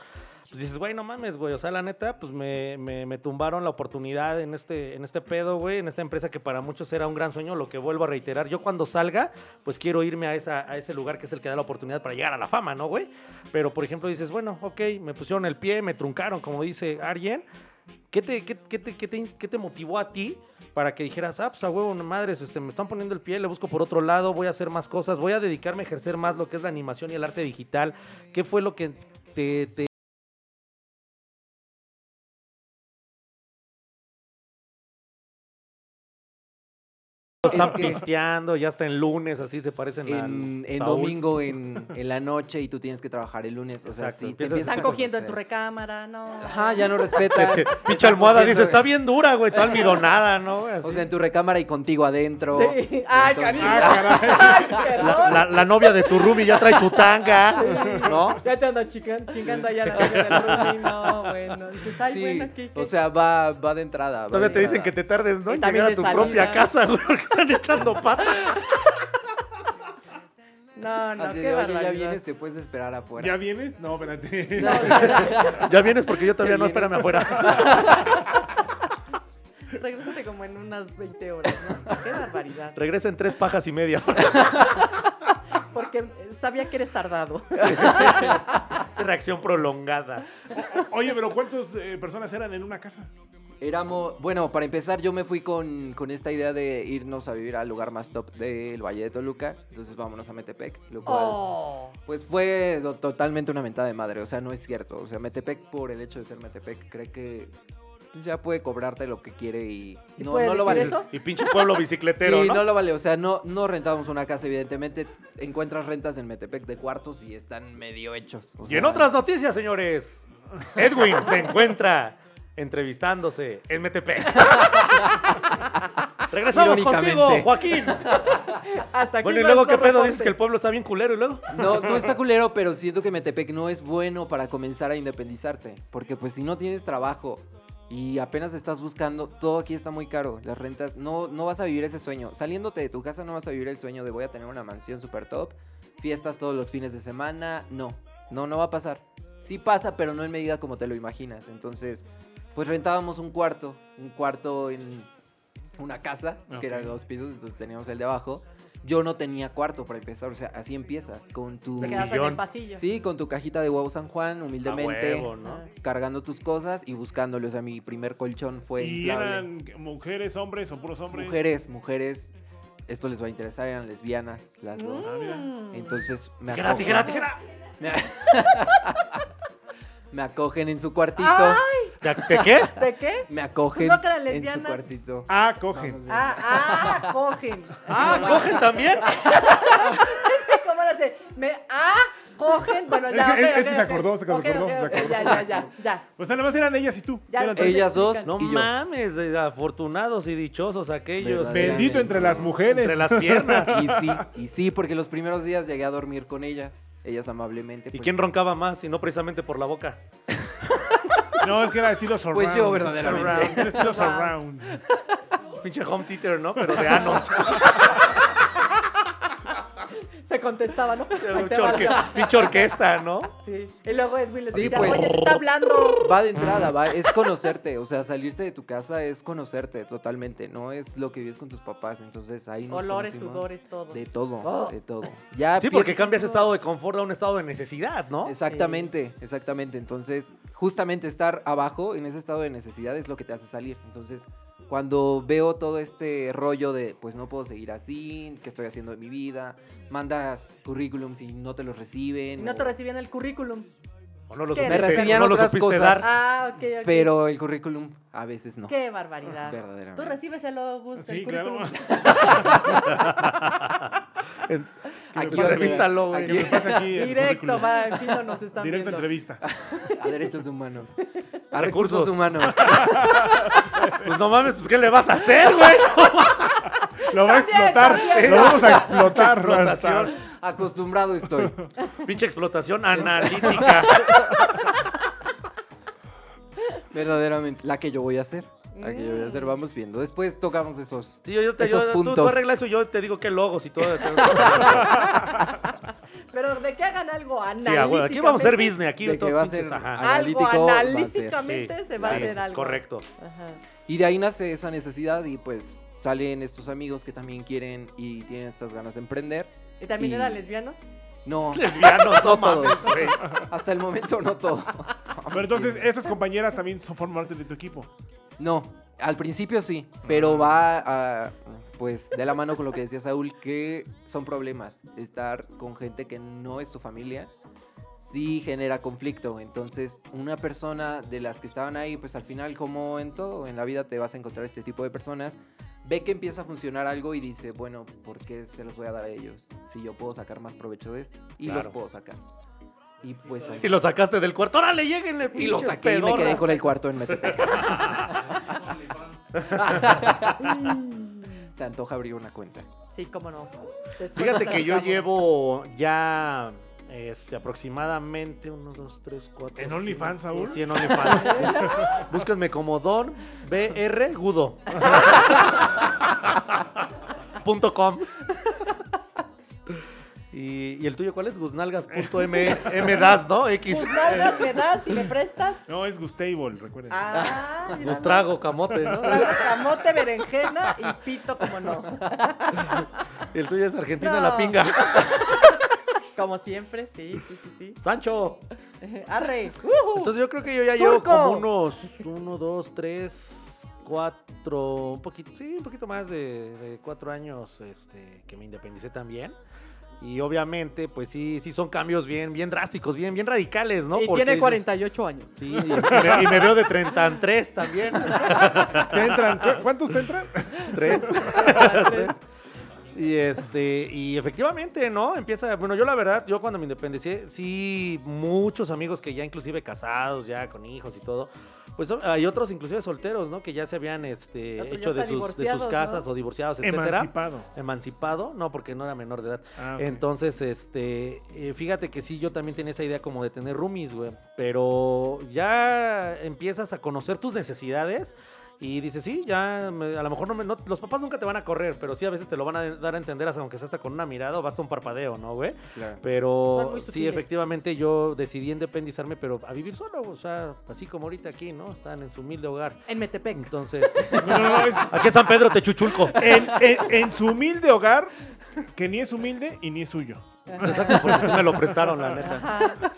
S2: pues dices, güey, no mames, güey, o sea, la neta, pues me, me- me tumbaron la oportunidad en este, en este pedo, güey, en esta empresa que para muchos era un gran sueño, lo que vuelvo a reiterar, yo cuando salga, pues quiero irme a, esa, a ese lugar que es el que da la oportunidad para llegar a la fama, ¿no, güey? Pero, por ejemplo, dices, bueno, ok, me pusieron el pie, me truncaron, como dice Arjen, ¿Qué te, qué, qué te- qué te- qué te motivó a ti para que dijeras, ah, pues a huevo, no madres, este, me están poniendo el pie, le busco por otro lado, voy a hacer más cosas, voy a dedicarme a ejercer más lo que es la animación y el arte digital? ¿Qué fue lo que te... te- [laughs]
S6: Es
S2: Están
S6: que-
S2: pisteando, ya está en lunes, así se parecen a
S6: En, en
S2: Saúl. [laughs]
S6: domingo, en, en la noche, y tú tienes que trabajar el lunes. O sea,
S2: Exacto,
S6: sí, te
S2: empiezas-
S6: empiezas
S3: Están
S6: a
S3: cogiendo en tu
S6: conocer.
S3: recámara, ¿no?
S6: Ajá, ya no respeta.
S2: [laughs] Pinche almohada dice, está bien dura, güey, está almidonada, ¿no? Así.
S6: [laughs] O sea, en tu recámara y contigo adentro.
S3: Sí. [laughs] Ay,
S6: Entonces- ah.
S3: cariño. Ay, perdón.
S2: la, la- la novia de tu Rumi ya trae tu
S6: [laughs]
S2: tanga, ¿no?
S3: Ya te ando chican- chingando allá la novia del roomie, no, bueno. Dices, ay,
S6: Sí,
S3: bueno, ¿qué, qué?
S6: o sea, va, va de entrada. va
S2: Todavía
S6: de
S2: te dicen
S6: entrada.
S2: que te tardes, ¿no?
S3: Y
S2: En
S3: también
S2: llegar a
S3: de
S2: tu
S3: salida.
S2: propia casa, [laughs] güey, porque están echando pata.
S3: no, no,
S6: Así
S3: qué
S6: de, oye, ya
S3: barbaridad.
S6: vienes, te puedes esperar
S2: [laughs]
S4: [laughs]
S6: afuera.
S4: ¿Ya vienes? No, espérate.
S6: No, o sea,
S2: Ya vienes porque yo todavía
S6: Ya
S2: no,
S6: vienes.
S2: espérame afuera.
S3: Regrésate como en unas 20 horas, ¿no? Qué barbaridad.
S2: Regresa en tres pajas y media. [laughs]
S3: Porque sabía que eres tardado.
S2: Reacción prolongada.
S4: Oye, pero ¿cuántas eh, personas eran en una casa?
S6: Éramos, bueno, para empezar yo me fui con, con esta idea de irnos a vivir al lugar más top del Valle de Toluca, entonces vámonos a Metepec, lo cual
S3: Oh.
S6: pues fue do- totalmente una mentada de madre, o sea, no es cierto, o sea, Metepec por el hecho de ser Metepec cree que ya puede cobrarte lo que quiere y
S3: ¿Sí
S6: no,
S3: puede
S6: no lo
S3: decir eso?
S6: vale.
S2: Y pinche pueblo bicicletero,
S6: sí,
S2: ¿no?
S6: ¿no? lo vale, o sea, no, no rentábamos una casa, evidentemente encuentras rentas en Metepec de cuartos y están medio hechos. o
S2: Y en
S6: sea,
S2: otras noticias, señores, Edwin se encuentra entrevistándose en
S6: [laughs]
S2: Metepec. Regresamos contigo,
S6: Irónicamente.
S2: Joaquín.
S3: Hasta aquí
S2: Bueno, y
S3: nuestro
S2: luego, ¿qué pedo? Dices
S3: reporte.
S2: que el pueblo está bien culero, y luego.
S6: No, no está culero, pero siento que Metepec no es bueno para comenzar a independizarte. Porque pues si no tienes trabajo y apenas estás buscando, todo aquí está muy caro. Las rentas, no, no vas a vivir ese sueño. Saliéndote de tu casa no vas a vivir el sueño de voy a tener una mansión super top, fiestas todos los fines de semana. No, no, no va a pasar. Sí pasa, pero no en medida como te lo imaginas. Entonces, pues rentábamos un cuarto, un cuarto en una casa, que era de dos pisos, entonces teníamos el de abajo. Yo no tenía cuarto para empezar, o sea, así empiezas, con tu...
S3: Te quedas en
S2: sillón.
S3: el pasillo. Ah.
S6: Sí, con tu cajita de huevo San Juan,
S2: A
S6: humildemente,
S2: Ah, huevo, ¿no?
S6: cargando tus cosas y buscándole. O sea, mi primer colchón fue
S4: ¿Y
S6: inflable.
S4: eran mujeres, hombres o puros hombres?
S6: pues, Mujeres, mujeres. Esto les va a interesar, eran lesbianas las dos.
S4: Ah, mira.
S6: Mm.
S3: Mm.
S6: Entonces me
S2: Tijera,
S6: acogen.
S2: tijera, tijera.
S6: Me, me acogen en su cuartito.
S2: ¿De- de qué?
S3: ¿De qué?
S6: Me acogen
S3: Pues no, que eran
S6: en su
S3: lesbianas.
S6: cuartito.
S4: Ah,
S6: No,
S4: cogen.
S6: nos vemos.
S3: Ah, ah, cogen.
S2: Ah, cogen
S6: [laughs]
S2: también.
S3: [laughs] ¿Cómo lo hace? Me, ah, cogen. Bueno, ya.
S4: Es-
S3: ok,
S4: es que
S3: ok,
S4: se
S3: ok.
S4: acordó, se acordó,
S3: Ok,
S4: se acordó.
S3: ok, ok, Ya, ya, ya, ya.
S4: O sea, Pues nada más eran ellas y tú.
S3: Ya
S4: Eran
S3: lo
S4: tres.
S3: estoy
S6: Ellas dos,
S3: explicando.
S2: No
S6: Y yo.
S2: mames, eh, afortunados y dichosos aquellos.
S6: Verdad.
S4: Bendito entre las mujeres.
S2: Entre las
S6: [laughs]
S2: piernas.
S6: Y sí, y sí, porque los primeros días llegué a dormir con ellas. Ellas amablemente.
S2: ¿Y
S6: pues,
S2: quién roncaba más? Y no precisamente por la boca.
S4: No, es que era estilo surround.
S6: Pues yo, verdaderamente.
S4: Surround, era estilo surround.
S2: Pinche home theater, ¿no?
S6: [laughs]
S2: Pero de anos.
S3: Se contestaba, ¿no? Ahí te
S2: Pinche
S3: va,
S2: orque-
S3: ya.
S2: pinche orquesta, ¿no?
S3: Sí. Y luego Edwin le
S6: Sí,
S3: decía,
S6: pues.
S3: oye, te está hablando.
S6: Va de entrada, va, es conocerte, o sea, salirte de tu casa es conocerte totalmente, no es lo que vives con tus papás, entonces ahí nos
S3: Olores,
S6: conocimos
S3: sudores, todo.
S6: De todo,
S3: Oh.
S6: de todo. Ya
S2: Sí, porque
S6: pierdes-
S2: cambias estado de confort a un estado de necesidad, ¿no?
S6: Exactamente, exactamente, entonces justamente estar abajo en ese estado de necesidad es lo que te hace salir, entonces cuando veo todo este rollo de pues no puedo seguir así, qué estoy haciendo de mi vida, mandas currículums y no te los
S3: Y
S6: reciben.
S3: no te
S6: o-
S3: recibían el currículum.
S2: O no lo
S3: ¿Qué?
S2: supiste,
S3: Me
S6: recibían
S2: o no lo
S6: otras
S2: supiste
S6: cosas.
S2: dar.
S3: Ah, ok, ok.
S6: Pero el currículum a veces no.
S3: Qué barbaridad.
S6: Verdaderamente.
S3: Tú recibes el August,
S4: Sí,
S3: el
S4: claro.
S3: currículum.
S4: [laughs]
S6: Aquí
S2: Para
S6: lo
S2: revístalo, güey.
S4: ¿Qué nos pasa aquí? El
S3: Directo,
S4: currículum.
S3: va, aquí no nos están
S4: Directo
S3: viendo.
S4: entrevista.
S6: [laughs] A derechos humanos. A
S2: Recursos. [laughs]
S6: recursos, humanos.
S2: Pues no mames, pues ¿qué le vas a hacer, güey?
S4: Lo va a explotar.
S2: también.
S4: [laughs] Lo vamos a explotar.
S2: Explotación.
S6: Acostumbrado estoy.
S2: Pinche explotación analítica.
S6: Verdaderamente. La que yo voy a hacer. La que yo voy a hacer. Vamos viendo. Después tocamos esos.
S2: Sí, yo, yo te
S6: Esos
S2: yo- tú- Tú,
S6: puntos.
S2: arregla eso y yo te digo qué logos y todo.
S6: [laughs]
S3: Pero de que hagan algo
S2: Sí, ah,
S3: analíticamente.
S2: güey, aquí vamos a hacer business. Aquí
S6: De
S2: todo
S6: que va a
S2: pinches,
S6: ser
S2: ajá.
S6: a-
S3: Algo
S6: Analítico va a ser,
S3: analíticamente
S2: sí,
S3: se va a
S2: sí,
S3: hacer algo.
S2: Correcto.
S3: Ajá.
S6: Y de ahí nace esa necesidad. Y pues salen estos amigos que también quieren y tienen estas ganas de emprender.
S3: ¿Y también
S6: Y-
S3: eran lesbianos?
S2: [laughs]
S6: No.
S2: Lesbianos, no
S6: [laughs] No
S2: mames,
S6: todos.
S2: güey.
S6: Hasta el momento no todo.
S4: Pero entonces, esas compañeras también son forman parte de tu equipo.
S6: No. Al principio sí. Pero va a. Pues de la mano con lo que decía Saúl, que son problemas. Estar con gente que no es tu familia. sí genera conflicto. Entonces, una persona de las que estaban ahí, pues al final, como en todo, en la vida te vas a encontrar este tipo de personas, ve que empieza a funcionar algo y dice, bueno, ¿por qué se los voy a dar a ellos? Si yo puedo sacar más provecho de esto. Y
S2: Claro.
S6: los puedo sacar. Y pues ahí.
S2: Y lo sacaste del cuarto. ¡Órale, lleguenle,
S6: Y lo
S2: pinches
S6: saqué y me quedé
S2: pedorras!
S6: con el cuarto
S3: [laughs]
S6: en Metepec. Se antoja abrir una cuenta.
S3: Sí, cómo no. Después
S2: Fíjate
S3: lo
S2: que yo
S3: tratamos.
S2: llevo ya este, aproximadamente 1, 2, 3, 4.
S4: ¿En OnlyFans, Saúl?
S2: Sí, en OnlyFans. [laughs] Búsquenme como Don BR Gudo. [laughs] Punto com. Y, y el tuyo cuál es? Guznalgas.m M das, ¿no? X.
S3: Tus Pues nalgas me das y me prestas.
S4: No, es Gustable, recuerden.
S3: Ah, mira,
S2: Nos trago camote,
S3: [laughs]
S2: ¿no?
S3: no. Trago Camote, berenjena y pito, como no.
S2: Y el tuyo es Argentina
S3: No.
S2: la pinga.
S3: Como siempre, sí, sí, sí, sí.
S2: Sancho.
S3: Arre.
S2: Entonces yo creo que yo ya llevo
S3: Surco.
S2: como unos uno, dos, tres, cuatro, un poquito, sí, un poquito más de, de cuatro años este, que me independicé también. Y obviamente, pues sí, sí son cambios bien, bien drásticos, bien, bien radicales, ¿no?
S3: y
S2: Porque
S3: tiene
S2: dices-
S3: 48
S2: [laughs]
S3: años.
S2: Sí, y y me, y me veo de 33
S3: [laughs]
S2: también.
S4: ¿Te entran? ¿Cu- ¿Cuántos te entran?
S2: Tres.
S3: Entonces,
S2: Y este, y efectivamente, ¿no? Empieza, bueno, yo la verdad, yo cuando me independicé, sí, muchos amigos que ya inclusive casados, ya con hijos y todo, pues o- hay otros inclusive solteros, ¿no? Que ya se habían este,
S3: Otros ya
S2: hecho de
S3: hasta
S2: sus, de sus
S3: divorciados,
S2: casas
S3: ¿no?
S2: o divorciados, etcétera.
S4: Emancipado.
S2: Emancipado, no, porque no era menor de edad.
S4: Ah, ok.
S2: Entonces, este, eh, fíjate que sí, yo también tenía esa idea como de tener roomies, güey. Pero ya empiezas a conocer tus necesidades y dices, sí, ya, me- a lo mejor no, me- no- los papás nunca te van a correr, pero sí a veces te lo van a dar a entender, hasta aunque sea hasta con una mirada o basta un parpadeo, ¿no, güey?
S6: Claro.
S3: Son
S2: Pero
S3: muy
S2: sí,
S3: sutiles.
S2: efectivamente yo decidí independizarme, pero a vivir solo, o sea, así como ahorita aquí, ¿no? Están en su humilde hogar.
S3: en Metepec.
S2: Entonces, [laughs]
S4: No, no, no, es-
S2: aquí en San Pedro te chuchulco.
S4: en, en- en su humilde hogar, que ni es humilde y ni es suyo.
S2: Exacto, porque sí me lo prestaron, la neta.
S3: Ajá.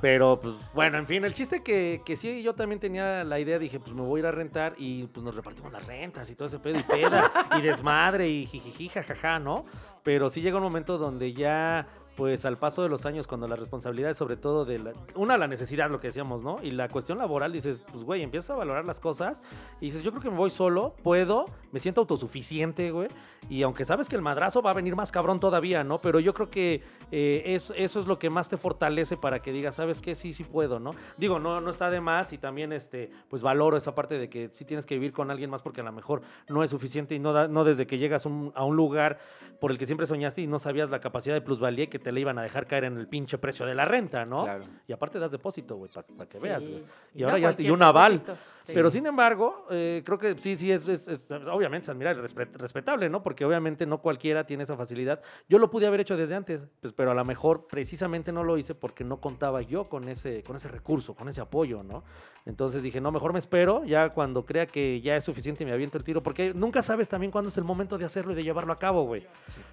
S2: Pero, pues, bueno, en fin, el chiste que, que sí, yo también tenía la idea, dije, pues me voy a ir a rentar y pues nos repartimos las rentas y todo ese pedo y peda y desmadre y jijiji, jajaja, ¿no? Pero sí llega un momento donde ya, pues al paso de los años, cuando las responsabilidades, sobre todo de la, una, la necesidad, lo que decíamos, ¿no? Y la cuestión laboral, dices, pues, güey, empiezas a valorar las cosas y dices, yo creo que me voy solo, puedo, me siento autosuficiente, güey. Y aunque sabes que el madrazo va a venir más cabrón todavía, ¿no? Pero yo creo que eh, es- eso es lo que más te fortalece para que digas, ¿sabes qué? Sí, sí puedo, ¿no? Digo, no, no está de más y también, este, pues valoro esa parte de que sí tienes que vivir con alguien más porque a lo mejor no es suficiente y no, da- no desde que llegas un- a un lugar por el que siempre soñaste y no sabías la capacidad de plusvalía y que te la iban a dejar caer en el pinche precio de la renta, ¿no?
S6: Claro.
S2: Y aparte das depósito, güey, para que
S3: Sí.
S2: veas, güey. Y
S3: No
S2: ahora ya, y
S3: cualquier
S2: un aval.
S3: propósito. Sí.
S2: Pero sin embargo, eh, creo que sí, sí, es, es- es- obviamente es admirable, respet- respetable, ¿no? Porque obviamente no cualquiera tiene esa facilidad. Yo lo pude haber hecho desde antes, pues, pero a lo mejor precisamente no lo hice porque no contaba yo con ese, con ese recurso, con ese apoyo, ¿no? Entonces dije, no, mejor me espero, ya cuando crea que ya es suficiente me aviento el tiro, porque nunca sabes también cuándo es el momento de hacerlo y de llevarlo a cabo, güey.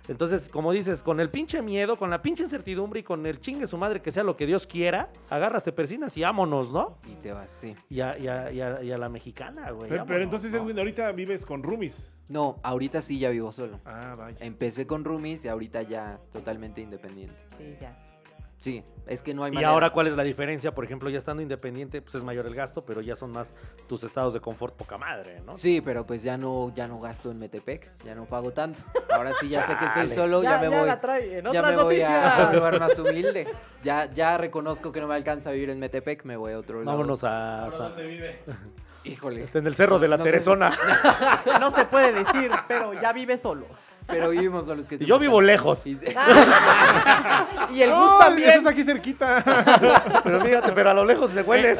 S2: Entonces, como dices, con el pinche miedo, con la pinche incertidumbre y con el chingue su madre que sea lo que Dios quiera, agarras, te persinas y ámonos, ¿no?
S6: Y te vas, sí.
S2: Y a, y a- y a- y a la mexicana, güey.
S4: Pero, pero
S2: vámonos,
S4: entonces,
S2: ¿no?
S4: Edwin, ahorita vives con roomies.
S6: No, ahorita sí ya vivo solo.
S4: Ah, vaya.
S6: Empecé con roomies y ahorita ya totalmente independiente.
S3: Sí, ya.
S6: Sí, es que no hay
S2: Y
S6: manera.
S2: ahora, ¿cuál es la diferencia? Por ejemplo, ya estando independiente, pues es mayor el gasto, pero ya son más tus estados de confort poca madre, ¿no?
S6: Sí, pero pues ya no, ya no gasto en Metepec, ya no pago tanto. Ahora sí ya sé que estoy solo,
S3: Ya,
S6: ya, me
S3: ya
S6: voy.
S3: la trae. En
S6: ya
S3: otras
S6: me voy a un
S3: noticias.
S6: lugar más humilde. Ya, ya reconozco que no me alcanza a vivir en Metepec, me voy a otro lado.
S2: Pues, Vámonos Este a... a-
S6: Híjole.
S2: está en el cerro de la
S6: No sé si-
S2: Teresona.
S3: No se puede decir, pero ya vive solo.
S6: Pero vivimos solos que
S2: Y yo vivo lejos.
S6: Y-
S3: Ah. Y el
S4: No,
S3: Gus también.
S4: estás aquí cerquita.
S2: [laughs]
S3: [laughs]
S4: Eh,
S2: Pero fíjate, pero a lo lejos me hueles.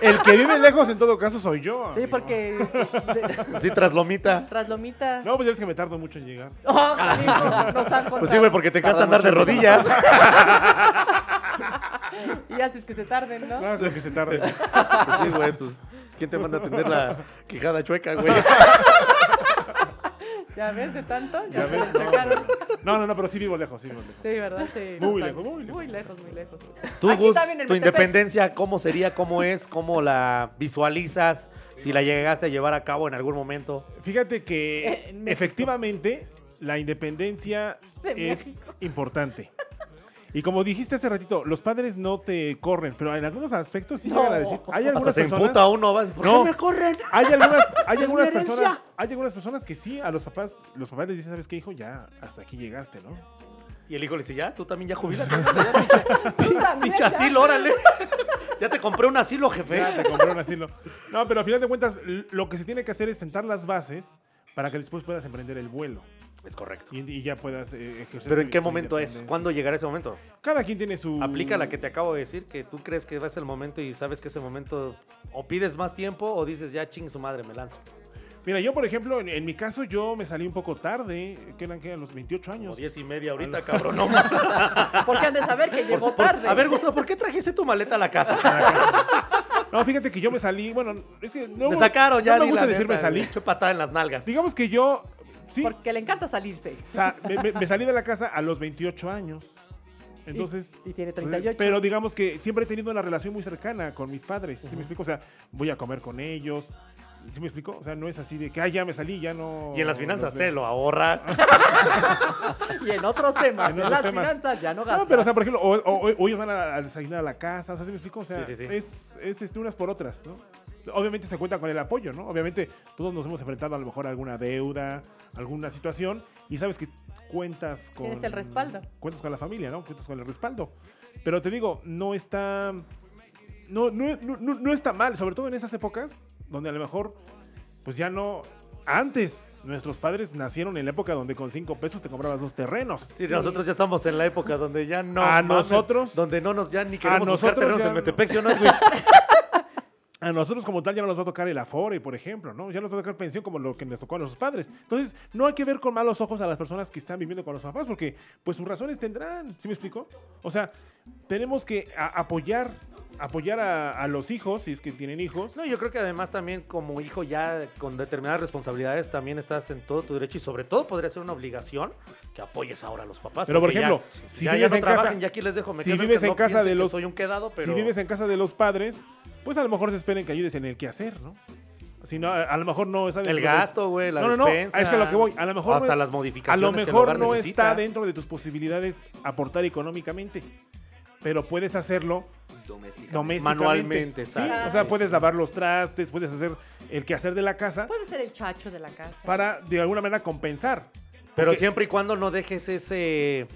S4: El que vive lejos, en todo caso, soy yo.
S3: Sí,
S4: amigo.
S3: porque este, de-
S2: Sí, traslomita.
S3: traslomita.
S4: No, pues ya ves que me tardo mucho en llegar.
S3: [laughs] Oh, amigo, nos
S2: Pues
S3: han
S2: sí, güey,
S3: contado.
S2: porque te encanta
S6: Tarda
S2: andar de
S6: mucho en
S2: rodillas.
S3: Y haces que se tarden, ¿no?
S4: Claro, es que
S3: [laughs]
S4: se tarde.
S2: [laughs] Pues sí, güey, pues... ¿Quién te manda a atender la quijada chueca,
S6: [laughs]
S2: güey?
S3: Ya ves de tanto, ya,
S4: Ya
S3: se
S4: ves,
S3: le
S4: no,
S3: chocaron.
S4: No, no, no, pero sí vivo lejos, sí vivo lejos.
S3: Sí, ¿verdad? Sí,
S4: Muy
S3: nos han-
S4: lejos, muy lejos.
S3: Muy lejos, muy lejos.
S2: Tú,
S3: Aquí
S2: Gus,
S3: también en
S2: tu
S3: Metepec.
S2: independencia, ¿cómo sería? ¿Cómo es? ¿Cómo la visualizas? Si la llegaste a llevar a cabo en algún momento.
S4: Fíjate que
S3: [laughs] En México.
S4: efectivamente la independencia
S3: De
S4: es importante. Y como dijiste hace ratito, los padres no te corren, pero en algunos aspectos sí llegan a decir. Hay
S2: Hasta
S4: algunas
S2: se
S4: personas.
S2: emputa uno, vas, ¿por
S4: No.
S2: qué me corren?
S4: Hay algunas, hay
S2: mi
S4: algunas
S2: herencia.
S4: personas, hay algunas personas que sí a los papás, los papás les dicen, ¿sabes qué, hijo? Ya hasta aquí llegaste, ¿no?
S2: Y el hijo le dice, ya, tú también ya jubilate.
S4: [laughs]
S2: Pinche asilo, órale. ya te compré un asilo, jefe.
S4: Ya te compré un asilo. No, pero al final de cuentas, l- lo que se tiene que hacer es sentar las bases para que después puedas emprender el vuelo
S2: Es correcto.
S4: y, y ya puedas eh, ejercer.
S2: Pero
S4: tu-
S2: ¿en qué
S4: tu
S2: momento es?
S4: independencia. Mm.
S2: ¿Cuándo llegará ese momento?
S4: Cada quien tiene su.
S2: Aplica la que te acabo de decir, que tú crees que va a ser el momento y sabes que ese momento o pides más tiempo o dices, ya ching su madre, me lanzo.
S4: Mira, yo por ejemplo, en, en mi caso, yo me salí un poco tarde, que eran que a los 28
S2: Como
S4: años.
S2: diez y media ahorita, cabrón. No,
S4: [laughs]
S2: mames.
S3: Porque han de saber que llegó
S2: Por-
S3: tarde.
S2: a ver, Gustavo, ¿por qué trajiste tu maleta a la casa?
S4: No, fíjate que yo me salí, bueno, es que no,
S2: me sacaron ya.
S4: no me
S2: di
S4: gusta
S2: la
S4: decir me
S2: neta,
S4: salí.
S2: Eché patada en las nalgas.
S4: Digamos que yo, sí,
S3: porque le encanta salirse.
S4: o sea, me, me- me salí de la casa a los 28 años. Entonces, pues,
S7: Y tiene 38.
S4: pero digamos que siempre he tenido una relación muy cercana con mis padres. ¿Sí me explico? O sea, voy a comer con ellos. ¿Sí me explico? O sea, no es así de que, ah, ya me salí, ya no.
S2: Y en las finanzas
S4: los
S2: te
S4: veo".
S2: lo ahorras.
S7: Y en otros temas,
S4: En
S7: en,
S4: otros
S7: las
S4: temas.
S7: finanzas ya no gastas.
S4: No, pero, o sea, por ejemplo, o, o- o- o ellos van a, a desayunar a la casa, o sea, ¿sí me explico? O sea,
S2: Sí, sí, sí.
S4: es, es este, unas por otras, ¿no? Obviamente se cuenta con el apoyo, ¿no? Obviamente todos nos hemos enfrentado a lo mejor a alguna deuda, alguna situación, y sabes que cuentas con...
S3: Tienes el respaldo.
S4: Cuentas con la familia, ¿no? Cuentas con el respaldo. Pero te digo, no está... No, no, no, no- no está mal, sobre todo en esas épocas, donde a lo mejor, pues ya no... Antes, nuestros padres nacieron en la época donde con cinco pesos te comprabas dos terrenos.
S2: Sí, nosotros ya estamos en la época donde ya no.
S4: A nosotros-
S2: Donde no nos ya ni queremos buscar
S4: nosotros
S2: terrenos
S4: ya
S2: en
S4: no.
S2: Metepec, ¿sí o
S4: [laughs]
S2: no, güey?
S4: A nosotros como tal ya no nos va a tocar el Afore, por ejemplo, ¿no? Ya nos va a tocar pensión como lo que nos tocó a nuestros padres. Entonces, no hay que ver con malos ojos a las personas que están viviendo con los papás, porque pues sus razones tendrán, ¿sí me explico? O sea, tenemos que a- apoyar, apoyar a, a los hijos, si es que tienen hijos.
S2: No, yo creo que además también como hijo ya con determinadas responsabilidades también estás en todo tu derecho y sobre todo podría ser una obligación que apoyes ahora a los papás.
S4: Pero, por
S2: porque ya-
S4: ejemplo, si
S2: ya, ya
S4: vives
S2: no
S4: en
S2: trabajan,
S4: casa-
S2: ya aquí les dejo, me
S4: si
S2: quedo en
S4: vives
S2: que
S4: en
S2: no
S4: casa
S2: piensen
S4: de
S2: que
S4: los-
S2: soy un quedado, pero
S4: Si vives en casa de los padres, pues a lo mejor se esperen que ayudes en el quehacer, ¿no? Si no, a, a lo mejor no saben...
S2: el gasto, güey, la
S4: no, no, no,
S2: despensa,
S4: es que a lo que voy, a lo mejor
S2: hasta
S4: no-
S2: las
S4: A
S2: modificaciones
S4: lo
S2: que el
S4: mejor
S2: hogar
S4: no
S2: necesita.
S4: está dentro de tus posibilidades aportar económicamente, pero puedes hacerlo
S6: Doméstica.
S4: domésticamente.
S2: Manualmente,
S4: Sí,
S2: exacto.
S4: O sea, puedes lavar los trastes, puedes hacer el quehacer de la casa
S7: Puede ser el chacho de la casa.
S4: para de alguna manera compensar.
S2: Pero
S4: Porque-
S2: siempre y cuando no dejes ese,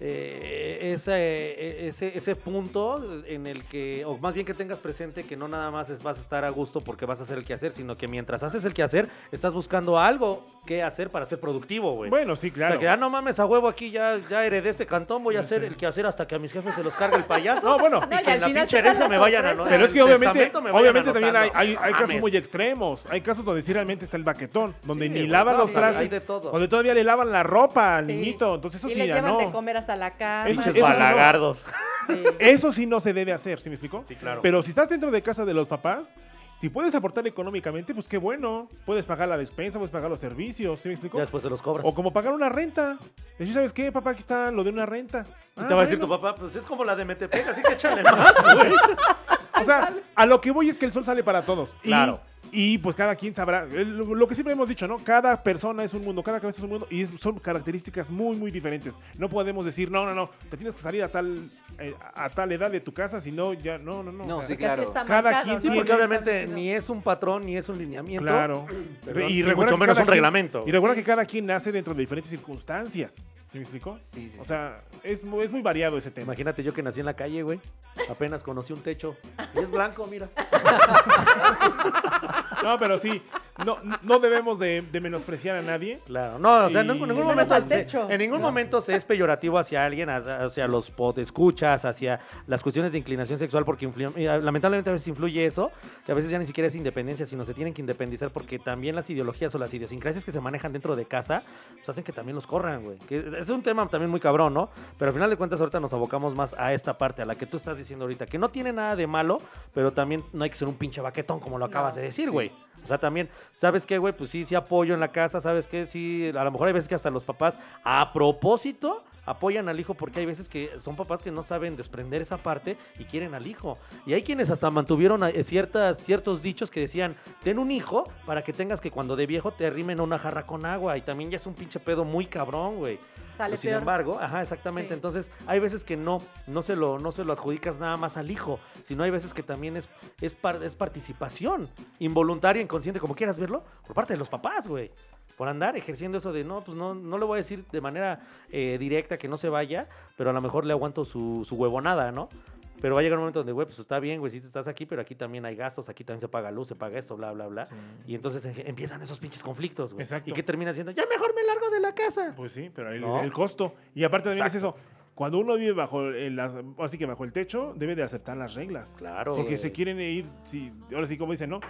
S2: eh, ese, ese, ese punto en el que, o más bien que tengas presente que no nada más es vas a estar a gusto porque vas a hacer el quehacer, sino que mientras haces el quehacer, estás buscando algo que hacer para ser productivo, güey.
S4: Bueno, sí,
S2: O
S4: claro.
S2: sea, que ah, no mames, a huevo aquí ya, ya heredé este cantón, voy a hacer el quehacer hasta que a mis jefes se los cargue el payaso.
S4: [laughs] No, bueno.
S7: No,
S2: y
S7: y
S2: que
S7: al
S2: en la
S7: final
S2: pinche
S7: te dan
S2: herencia
S7: la
S2: me vayan a
S7: sorpresa.
S2: anotar.
S4: pero es
S2: en
S4: que
S2: el
S4: obviamente,
S2: testamento me vayan
S4: obviamente también hay,
S2: anotando. Ah,
S4: hay, hay
S2: Mames.
S4: casos muy extremos. Hay casos donde sí realmente está el baquetón, donde
S2: Sí,
S4: ni
S2: güey,
S4: lavan
S2: no,
S4: los
S2: sí,
S4: trastes,
S2: hay de todo.
S4: donde todavía le lavan la ropa al
S7: Sí.
S4: niñito. Entonces eso
S7: y
S4: sí
S7: le
S4: ya
S7: llevan
S4: no.
S7: de comer hasta la cama.
S4: Eso
S2: Pinches
S4: sí no.
S2: balagardos.
S7: Sí.
S4: Eso sí no se debe hacer, ¿sí me explico?
S2: Sí, claro.
S4: Pero si estás dentro de casa de los papás, si puedes aportar económicamente, pues qué bueno. Puedes pagar la despensa, puedes pagar los servicios, ¿sí me explico?
S2: Ya después se los cobras.
S4: O como pagar una renta. Decir, ¿sabes qué, papá? Aquí está lo de una renta.
S2: Y
S4: Ah,
S2: te va a decir tu
S4: bueno.
S2: papá, pues es como la de Metepec, así que échale más, güey.
S4: O sea, a lo que voy es que el sol sale para todos. Y-
S2: Claro.
S4: Y, pues cada quien sabrá. Eh, Lo lo que siempre hemos dicho, ¿no? Cada persona es un mundo, cada cabeza es un mundo. Y es- son características muy, muy diferentes. No podemos decir, no, no, no. Te tienes que salir a tal, eh, a tal edad de tu casa, si no, ya. No, no, no.
S6: No,
S4: o sea,
S6: sí,
S7: Que así
S6: claro.
S7: está
S4: Cada
S7: marcado,
S4: quien
S7: ¿no?
S2: Sí,
S4: tiene-
S2: porque
S4: Porque
S2: obviamente ni es un patrón, ni es un lineamiento.
S4: Claro. [clears throat]
S2: Perdón.
S4: Y
S2: Y
S4: recuerda
S2: mucho
S4: que
S2: menos
S4: cada
S2: un
S4: quien-
S2: reglamento.
S4: Y recuerda que cada quien nace dentro de diferentes circunstancias. ¿Sí me explicó?
S6: Sí, sí,
S4: O
S6: sí.
S4: sea, es muy, es muy variado ese tema.
S2: Imagínate yo que nací en la calle, güey. Apenas conocí un techo. Y es blanco, mira.
S4: No, pero sí, no, no debemos de, de menospreciar a nadie.
S2: Claro. No, o sea,
S4: Y-
S2: no- en ningún
S4: Menos
S2: momento.
S7: al
S2: se-
S7: techo.
S2: en ningún momento se es peyorativo hacia alguien, hacia hacia los escuchas, hacia las cuestiones de inclinación sexual, porque influ- eh, lamentablemente a veces influye eso, que a veces ya ni siquiera es independencia, sino se tienen que independizar porque también las ideologías o las idiosincrasias que se manejan dentro de casa, pues hacen que también los corran, güey. Que es un tema también muy cabrón, ¿no? Pero al final de cuentas ahorita nos abocamos más a esta parte, a la que tú estás diciendo ahorita, que no tiene nada de malo, pero también no hay que ser un pinche baquetón, como lo acabas de decir, güey. O sea, también, ¿sabes qué, güey? Pues sí, sí apoyo en la casa, ¿sabes qué? Sí, a lo mejor hay veces que hasta los papás, a propósito, apoyan al hijo porque hay veces que son papás que no saben desprender esa parte y quieren al hijo. Y hay quienes hasta mantuvieron eh, ciertas, ciertos dichos que decían, ten un hijo para que tengas que cuando de viejo te arrimen a una jarra con agua. Y también ya es un pinche pedo muy cabrón, güey.
S7: Sale
S2: Pero sin
S7: peor.
S2: embargo, ajá, exactamente.
S7: Sí.
S2: Entonces, hay veces que no, no se lo, no se lo adjudicas nada más al hijo, sino hay veces que también es, es, par- es participación involuntaria, inconsciente, como quieras verlo, por parte de los papás, güey. Por andar ejerciendo eso de no, pues no, no le voy a decir de manera eh, directa que no se vaya, pero a lo mejor le aguanto su, su huevonada, ¿no? Pero va a llegar un momento donde, güey, pues está bien, güey, sí te estás aquí, pero aquí también hay gastos, aquí también se paga luz, se paga esto, bla, bla, bla. Y entonces eh, empiezan esos pinches conflictos, güey.
S4: Exacto.
S2: ¿Y qué termina siendo? Ya mejor me largo de la casa.
S4: Pues sí, pero el,
S2: No.
S4: el costo. Y aparte también es eso. Cuando uno vive bajo el, las- así que bajo el techo, debe de aceptar las reglas.
S2: Claro.
S4: Porque
S2: güey.
S4: se quieren ir, si, ahora sí como dicen, ¿no?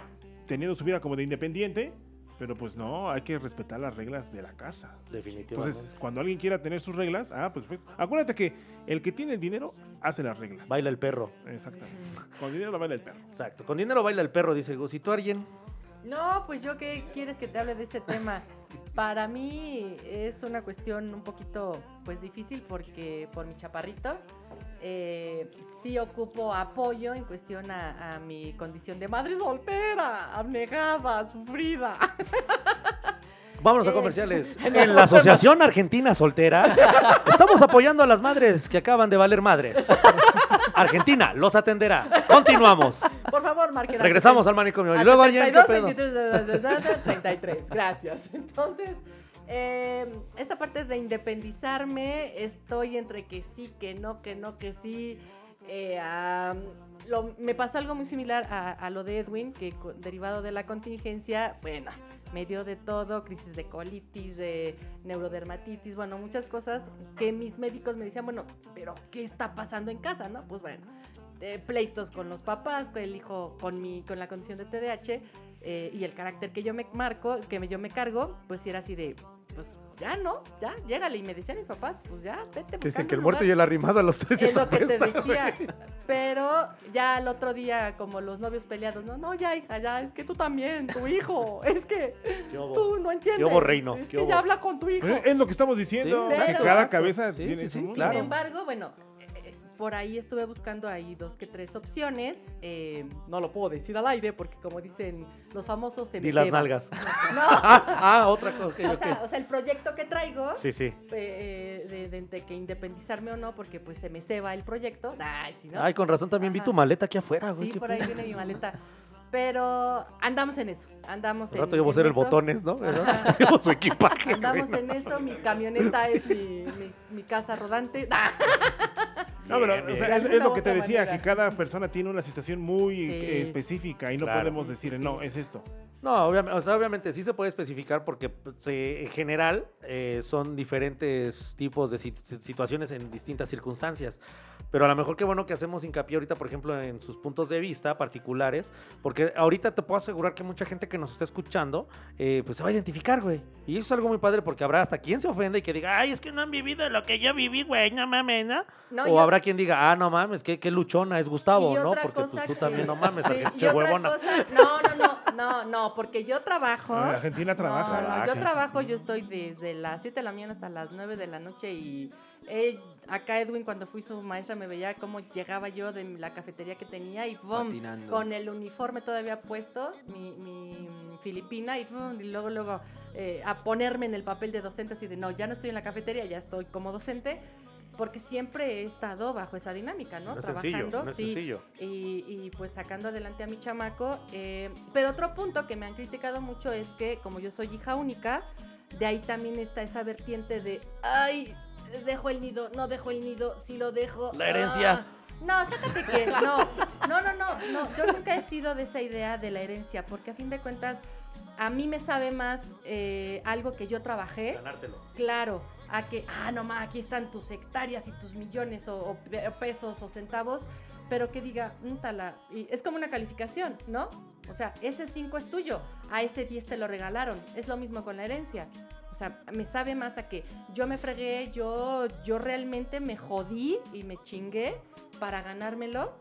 S4: Teniendo su vida como de independiente, pero pues no, hay que respetar las reglas de la casa.
S2: Definitivamente.
S4: Entonces, cuando alguien quiera tener sus reglas, ah, pues perfecto. acuérdate que el que tiene el dinero hace las reglas.
S2: baila el perro.
S4: Exactamente. Con dinero lo baila el perro.
S2: Exacto. Con dinero baila el perro, dice Gus. ¿Y tú, alguien?
S3: No, pues yo qué quieres que te hable de ese tema. Para mí es una cuestión un poquito pues difícil porque por mi chaparrito eh, sí ocupo apoyo en cuestión a, a mi condición de madre soltera, abnegada, sufrida. [laughs]
S2: Vámonos a
S3: Eh,
S2: comerciales.
S3: [laughs] en
S2: En la
S3: otros
S2: Asociación Argentina Soltera estamos apoyando a las madres que acaban de valer madres. Argentina los atenderá. Continuamos.
S3: Por favor, marquen.
S2: Regresamos al manicomio. Y
S3: Al
S2: luego alguien, ¿qué
S3: 72,
S2: pedo?
S3: 23, 33, gracias. [laughs] Entonces, eh, esa parte de independizarme, estoy entre que sí, que no, que no, que sí. Eh, am, lo- me pasó algo muy similar a, a lo de Edwin, que co- derivado de la contingencia, bueno, me dio de todo, crisis de colitis, de neurodermatitis, bueno, muchas cosas que mis médicos me decían, bueno, pero ¿qué está pasando en casa, no? Pues bueno, eh, pleitos con los papás, con el hijo con, mi, con la condición de TDAH eh, y el carácter que yo me marco, que me- yo me cargo, pues sí era así de, pues ya no, ya, llégale. Y me decían mis papás, pues ya, vete.
S2: Dicen
S3: buscando
S2: que el
S3: un
S2: muerto
S3: lugar
S2: y el arrimado a los tres
S3: es
S2: días
S3: lo que te
S2: apesta, güey.
S3: decía. Pero ya al otro día, como los novios peleados, no, no, ya, hija, ya, es que tú también, tu hijo, es que
S2: ¿Qué hubo?
S3: tú no entiendes.
S2: hubo, reino?
S3: Es
S2: ¿Qué
S3: que
S2: hubo?
S3: ya habla con tu hijo.
S2: Eh,
S4: Pues Es lo que estamos diciendo.
S2: Sí,
S4: o sea, que
S3: claro.
S4: cada
S2: Exacto.
S4: cabeza
S2: Sí,
S4: tiene
S2: sí, sí,
S4: su mundo.
S2: claro.
S3: Sin embargo, bueno, eh, por ahí estuve buscando ahí dos que tres opciones. eh, no lo puedo decir al aire porque, como dicen los famosos, se me
S2: Di las
S3: ceba.
S2: nalgas.
S3: [laughs]
S2: [laughs]
S3: No,
S2: Ah, ah, otra cosa. ok,
S3: o
S2: ok.
S3: sea, o sea, el proyecto que traigo,
S2: Sí, sí.
S3: eh, de, de- de que independizarme o no, porque pues se me ceba el proyecto. Ay, si no.
S2: Ay, con razón también vi
S3: Ajá.
S2: tu maleta aquí afuera, güey.
S3: Sí,
S2: qué
S3: por ahí
S2: pedo.
S3: viene mi maleta. Pero andamos en eso. Andamos
S2: Al
S3: en
S2: rato yo voy a ser
S3: en
S2: el
S3: eso.
S2: botones, ¿no?
S3: Ajá.
S2: [laughs] Llevo su equipaje.
S3: Andamos
S2: güey,
S3: en eso. Mi camioneta es mi, mi- mi
S2: [laughs]
S3: casa rodante. [laughs] ¡Ah!
S4: No, pero,
S2: Bien,
S4: o
S2: bien.
S4: sea,
S3: De
S4: es, es
S3: alguna
S4: lo que
S3: u
S4: te
S3: otra
S4: decía,
S3: manera.
S4: que cada persona tiene una situación muy
S3: Sí.
S4: eh, específica y no
S2: Claro.
S4: podemos
S3: Sí, sí,
S4: decir,
S3: sí.
S4: no, es esto.
S2: No, obviamente, o sea, obviamente sí se puede especificar porque pues, eh, en general eh, son diferentes tipos de sit- sit- situaciones en distintas circunstancias. Pero a lo mejor qué bueno que hacemos hincapié ahorita, por ejemplo, en sus puntos de vista particulares, porque ahorita te puedo asegurar que mucha gente que nos está escuchando, eh, pues se va a identificar, güey. Y eso es algo muy padre porque habrá hasta quien se ofenda y que diga, ay, es que no han vivido lo que yo viví, güey, no mames, ¿no?
S3: No,
S2: o
S3: yo-
S2: habrá quien diga, ah, no mames, qué, qué luchona es Gustavo,
S3: y
S2: ¿no?
S3: otra
S2: Porque pues,
S3: cosa
S2: tú
S3: que- [laughs]
S2: también no mames,
S3: Sí,
S2: pinche
S3: y otra
S2: huevona.
S3: cosa- no, no, no, no, no, porque yo trabajo.
S4: No, en Argentina Ah, trabaja.
S3: No, no,
S2: Trabaja,
S3: yo
S2: Ah, sí,
S3: trabajo, yo estoy desde las 7 de la mañana hasta las 9 de la noche y eh, acá Edwin cuando fui su maestra me veía cómo llegaba yo de la cafetería que tenía y ¡bum!
S6: Patinando.
S3: con el uniforme todavía puesto, mi, mi filipina, y, ¡fum! y luego, luego eh, a ponerme en el papel de docente, así de no, ya no estoy en la cafetería, ya estoy como docente, porque siempre he estado bajo esa dinámica, ¿no?
S2: No es sencillo, no es
S3: sí,
S2: sencillo.
S3: y, y, pues sacando adelante a mi chamaco. eh, pero otro punto que me han criticado mucho es que como yo soy hija única, de ahí también está esa vertiente de, ay, dejo el nido, no dejo el nido, si lo dejo...
S2: La herencia.
S3: ah". No, sácate que no. No, no, no, no. Yo nunca he sido de esa idea de la herencia, porque a fin de cuentas, a mí me sabe más eh, algo que yo trabajé.
S2: Ganártelo.
S3: Claro, a que, ah, no ma, aquí están tus hectáreas y tus millones o, o pe- o pesos o centavos, pero que diga, "Úntala", y es como una calificación, ¿no? O sea, ese 5 es tuyo, a ese 10 te lo regalaron, es lo mismo con la herencia. O sea, me sabe más a que yo me fregué, yo, yo realmente me jodí y me chingué para ganármelo.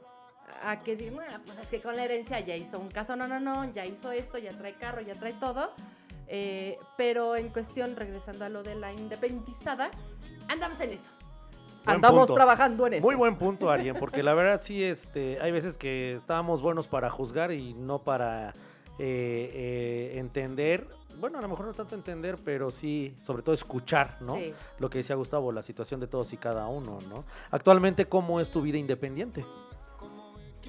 S3: A que diga, "Ah, pues es que con la herencia ya hizo un caso, no, no, no, ya hizo esto, ya trae carro, ya trae todo. Eh, pero en cuestión, regresando a lo de la independizada, andamos en eso.
S2: Buen
S3: andamos
S2: punto.
S3: trabajando en eso.
S2: Muy buen
S3: [laughs]
S2: punto, Arien, porque la verdad sí, este, hay veces que estábamos buenos para juzgar y no para eh, eh, entender. Bueno, a lo mejor no tanto entender, pero sí, sobre todo escuchar, ¿no?
S3: Sí.
S2: Lo que decía Gustavo, la situación de todos y cada uno, ¿no? Actualmente, ¿cómo es tu vida independiente?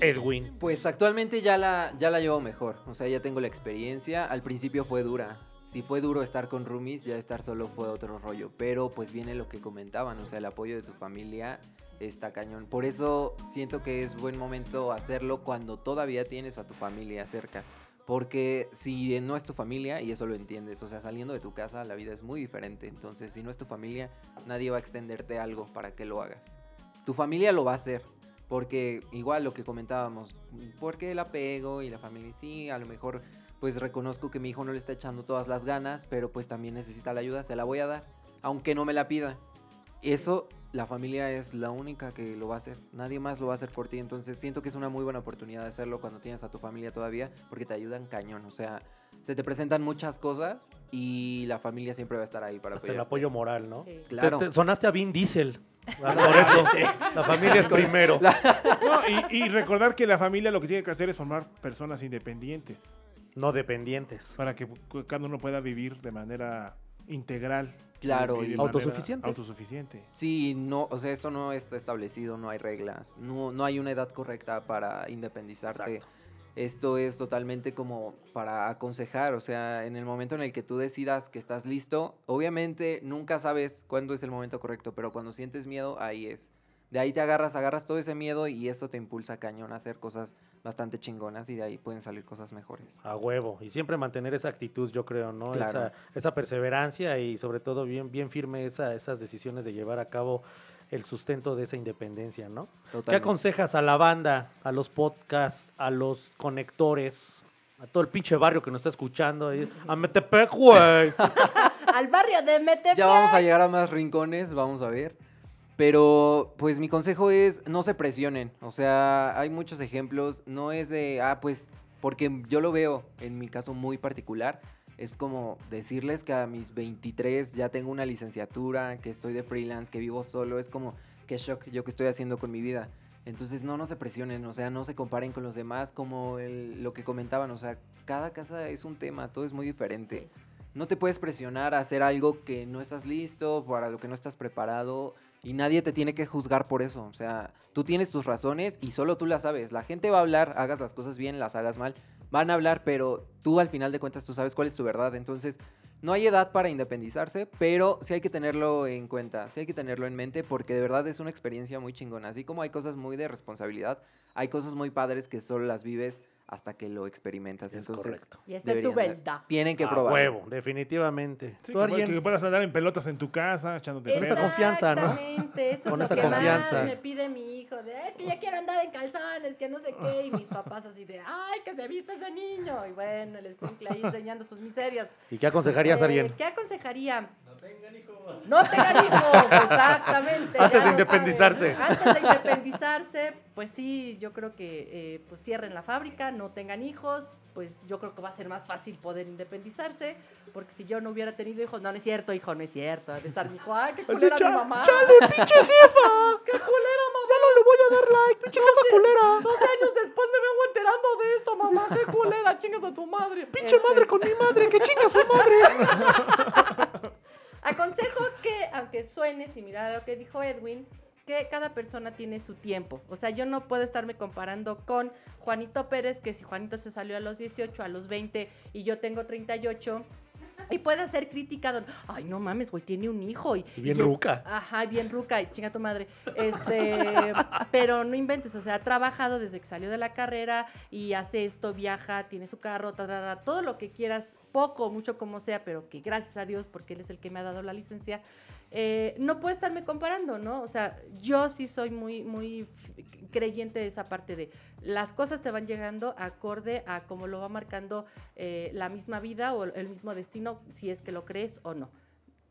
S2: Edwin.
S6: Pues actualmente ya la, ya la llevo mejor, o sea, ya tengo la experiencia. Al principio fue dura. Si fue duro estar con roomies, ya estar solo fue otro rollo. Pero pues viene lo que comentaban, o sea, el apoyo de tu familia está cañón. Por eso siento que es buen momento hacerlo cuando todavía tienes a tu familia cerca. Porque si no es tu familia, y eso lo entiendes, o sea, saliendo de tu casa la vida es muy diferente. Entonces, si no es tu familia, nadie va a extenderte algo para que lo hagas. Tu familia lo va a hacer, porque igual lo que comentábamos, porque el apego y la familia, y sí, a lo mejor pues reconozco que mi hijo no le está echando todas las ganas, pero pues también necesita la ayuda, se la voy a dar, aunque no me la pida. Eso la familia es la única que lo va a hacer. Nadie más lo va a hacer por ti. Entonces siento que es una muy buena oportunidad de hacerlo cuando tienes a tu familia todavía porque te ayudan cañón. O sea, se te presentan muchas cosas y la familia siempre va a estar ahí para
S2: Hasta el
S6: apoyarte.
S2: apoyo moral, ¿no?
S3: Sí.
S6: Claro.
S2: Te- te- sonaste a Vin Diesel. Ah, Correcto. La familia es primero.
S4: No, y, y recordar que la familia lo que tiene que hacer es formar personas independientes
S2: No dependientes.
S4: para que cu- cada uno pueda vivir de manera integral.
S6: Claro,
S4: y de
S6: y-
S4: manera
S2: Autosuficiente.
S4: Autosuficiente.
S6: Sí, no, o sea, esto no está establecido, no hay reglas, no, no hay una edad correcta para independizarte. Esto es totalmente como para aconsejar, o sea, en el momento en el que tú decidas que estás listo, obviamente nunca sabes cuándo es el momento correcto, pero cuando sientes miedo, ahí es. De ahí te agarras, agarras todo ese miedo y esto te impulsa cañón a hacer cosas bastante chingonas y de ahí pueden salir cosas mejores.
S2: A huevo. Y siempre mantener esa actitud, yo creo, ¿no?
S6: Claro.
S2: Esa, esa perseverancia y sobre todo bien, bien firme esa- esas decisiones de llevar a cabo el sustento de esa independencia, ¿no? ¿Qué
S6: Totalmente.
S2: aconsejas a la banda, a los podcasts, a los conectores, a todo el pinche barrio que nos está escuchando? ahí? "Ah, A Metepec, güey.
S3: Al barrio de Metepec.
S6: Ya vamos a llegar a más rincones, vamos a ver. Pero pues mi consejo es no se presionen. O sea, hay muchos ejemplos. No es de, ah, pues, porque yo lo veo en mi caso muy particular. Es como decirles que a mis 23 ya tengo una licenciatura, que estoy de freelance, que vivo solo. Es como, qué shock yo que estoy haciendo con mi vida. Entonces, no, no se presionen, o sea, no se comparen con los demás como el- lo que comentaban. O sea, cada casa es un tema, todo es muy diferente. No te puedes presionar a hacer algo que no estás listo, para lo que no estás preparado, y nadie te tiene que juzgar por eso. O sea, tú tienes tus razones y solo tú las sabes. La gente va a hablar, hagas las cosas bien, las hagas mal, van a hablar, pero tú al final de cuentas tú sabes cuál es tu verdad. Entonces, no hay edad para independizarse, pero sí hay que tenerlo en cuenta, sí hay que tenerlo en mente porque de verdad es una experiencia muy chingona. Así como hay cosas muy de responsabilidad, hay cosas muy padres que solo las vives hasta que lo experimentas.
S2: Es
S6: Entonces,
S2: correcto.
S3: Y esta es tu
S6: deberían de-
S3: verdad.
S6: Tienen que
S2: a
S6: probar.
S2: huevo, definitivamente.
S4: Sí,
S2: ¿Tú,
S4: que,
S2: alguien?
S4: que puedas andar en pelotas en tu casa, echándote
S2: Con esa
S4: pedos.
S2: confianza, ¿no?
S3: Exactamente, eso
S2: Con
S3: es
S2: esa
S3: lo que
S2: confianza.
S3: más me pide mi hijo. De, es que yo quiero andar en calzones, que no sé qué. Y mis papás así de, ay, que se vista ese niño. Y bueno, el escuincle ahí enseñando sus miserias.
S2: ¿Y qué aconsejarías a
S3: Eh,
S2: alguien?
S3: ¿Qué aconsejaría? No tengan hijos. No tengan hijos, exactamente. ya
S2: Antes de
S3: lo
S2: independizarse.
S3: saben. Antes de independizarse, pues sí, yo creo que eh, pues cierren la fábrica, no tengan hijos, pues yo creo que va a ser más fácil poder independizarse, porque si yo no hubiera tenido hijos, no, no es cierto, hijo, no es cierto, ha de estar mi hijo, ay, qué culera mi mamá. ¡Chale, pinche jefa! [laughs] ¡Qué culera, mamá! Ya no le voy a dar like, pinche jefa culera. Dos años después me vengo enterando de esto, mamá, qué culera, chingas a tu madre. Pinche madre con mi madre, que chingas su madre. Aconsejo que, aunque suene similar a lo que dijo Edwin, que cada persona tiene su tiempo. O sea, yo no puedo estarme comparando con Juanito Pérez, que si Juanito se salió a los 18, a los 20 y yo tengo 38. Y puede ser criticado. Ay, no mames, güey, tiene un hijo. Y,
S2: Y bien
S3: y es-
S2: ruca.
S3: Ajá, bien ruca. Y chinga tu madre.
S2: [laughs]
S3: Este, pero no inventes. O sea, ha trabajado desde que salió de la carrera y hace esto, viaja, tiene su carro, tarara, todo lo que quieras, poco, mucho como sea, pero que gracias a Dios, porque él es el que me ha dado la licencia, eh, no puedo estarme comparando, ¿no? O sea, yo sí soy muy, muy f- creyente de esa parte de las cosas te van llegando acorde a cómo lo va marcando eh, la misma vida o el mismo destino, si es que lo crees o no.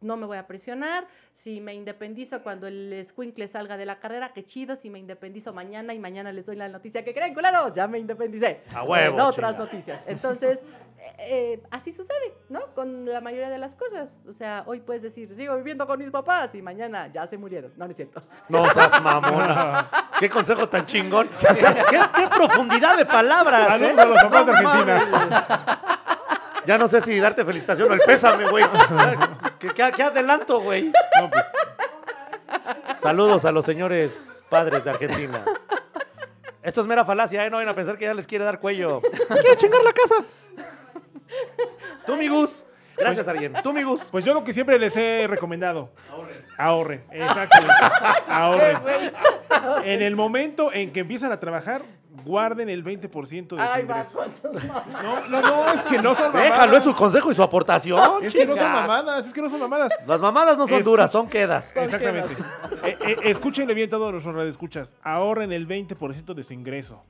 S3: No me voy a presionar, si me independizo cuando el escuincle salga de la carrera, qué chido, si me independizo mañana y mañana les doy la noticia que creen, culeros, ya me independicé.
S2: A huevo,
S3: En otras
S2: chinga.
S3: noticias. Entonces, eh, eh, así sucede, ¿no? Con la mayoría de las cosas. O sea, hoy puedes decir, sigo viviendo con mis papás y mañana ya se murieron. No, no es cierto.
S2: No seas mamona. Qué consejo tan chingón. Qué, qué- qué profundidad de palabras. ¿eh?
S4: Saludos a los papás de
S2: No
S4: Argentina.
S2: mames. Ya no sé si darte felicitación o el pésame, güey. ¿Qué, qué- qué adelanto, güey?
S4: [laughs] No, pues,
S2: Saludos a los señores padres de Argentina. Esto es mera falacia, ¿eh? No vayan a pensar que ya les quiere dar cuello. ¡Quiere chingar la casa! Tú, mi Gus. Gracias, alguien. Tú, mi Gus.
S4: pues yo lo que siempre les he recomendado. Ahorren. Ahorren, exacto. Ahorren. En el momento en que empiezan a trabajar, guarden el 20% de su
S3: Ay, va,
S4: ingreso.
S3: con sus mamás.
S4: No, no, no, es que no son mamadas.
S2: Déjalo, es su consejo y su aportación.
S4: Es que no son
S2: Chinga.
S4: mamadas, es que no son mamadas.
S2: Las mamadas no son
S4: Es-
S2: duras, son quedas.
S4: Exactamente. Eh, eh, escúchenle bien todos los radioescuchas. Ahorren el 20% de su ingreso.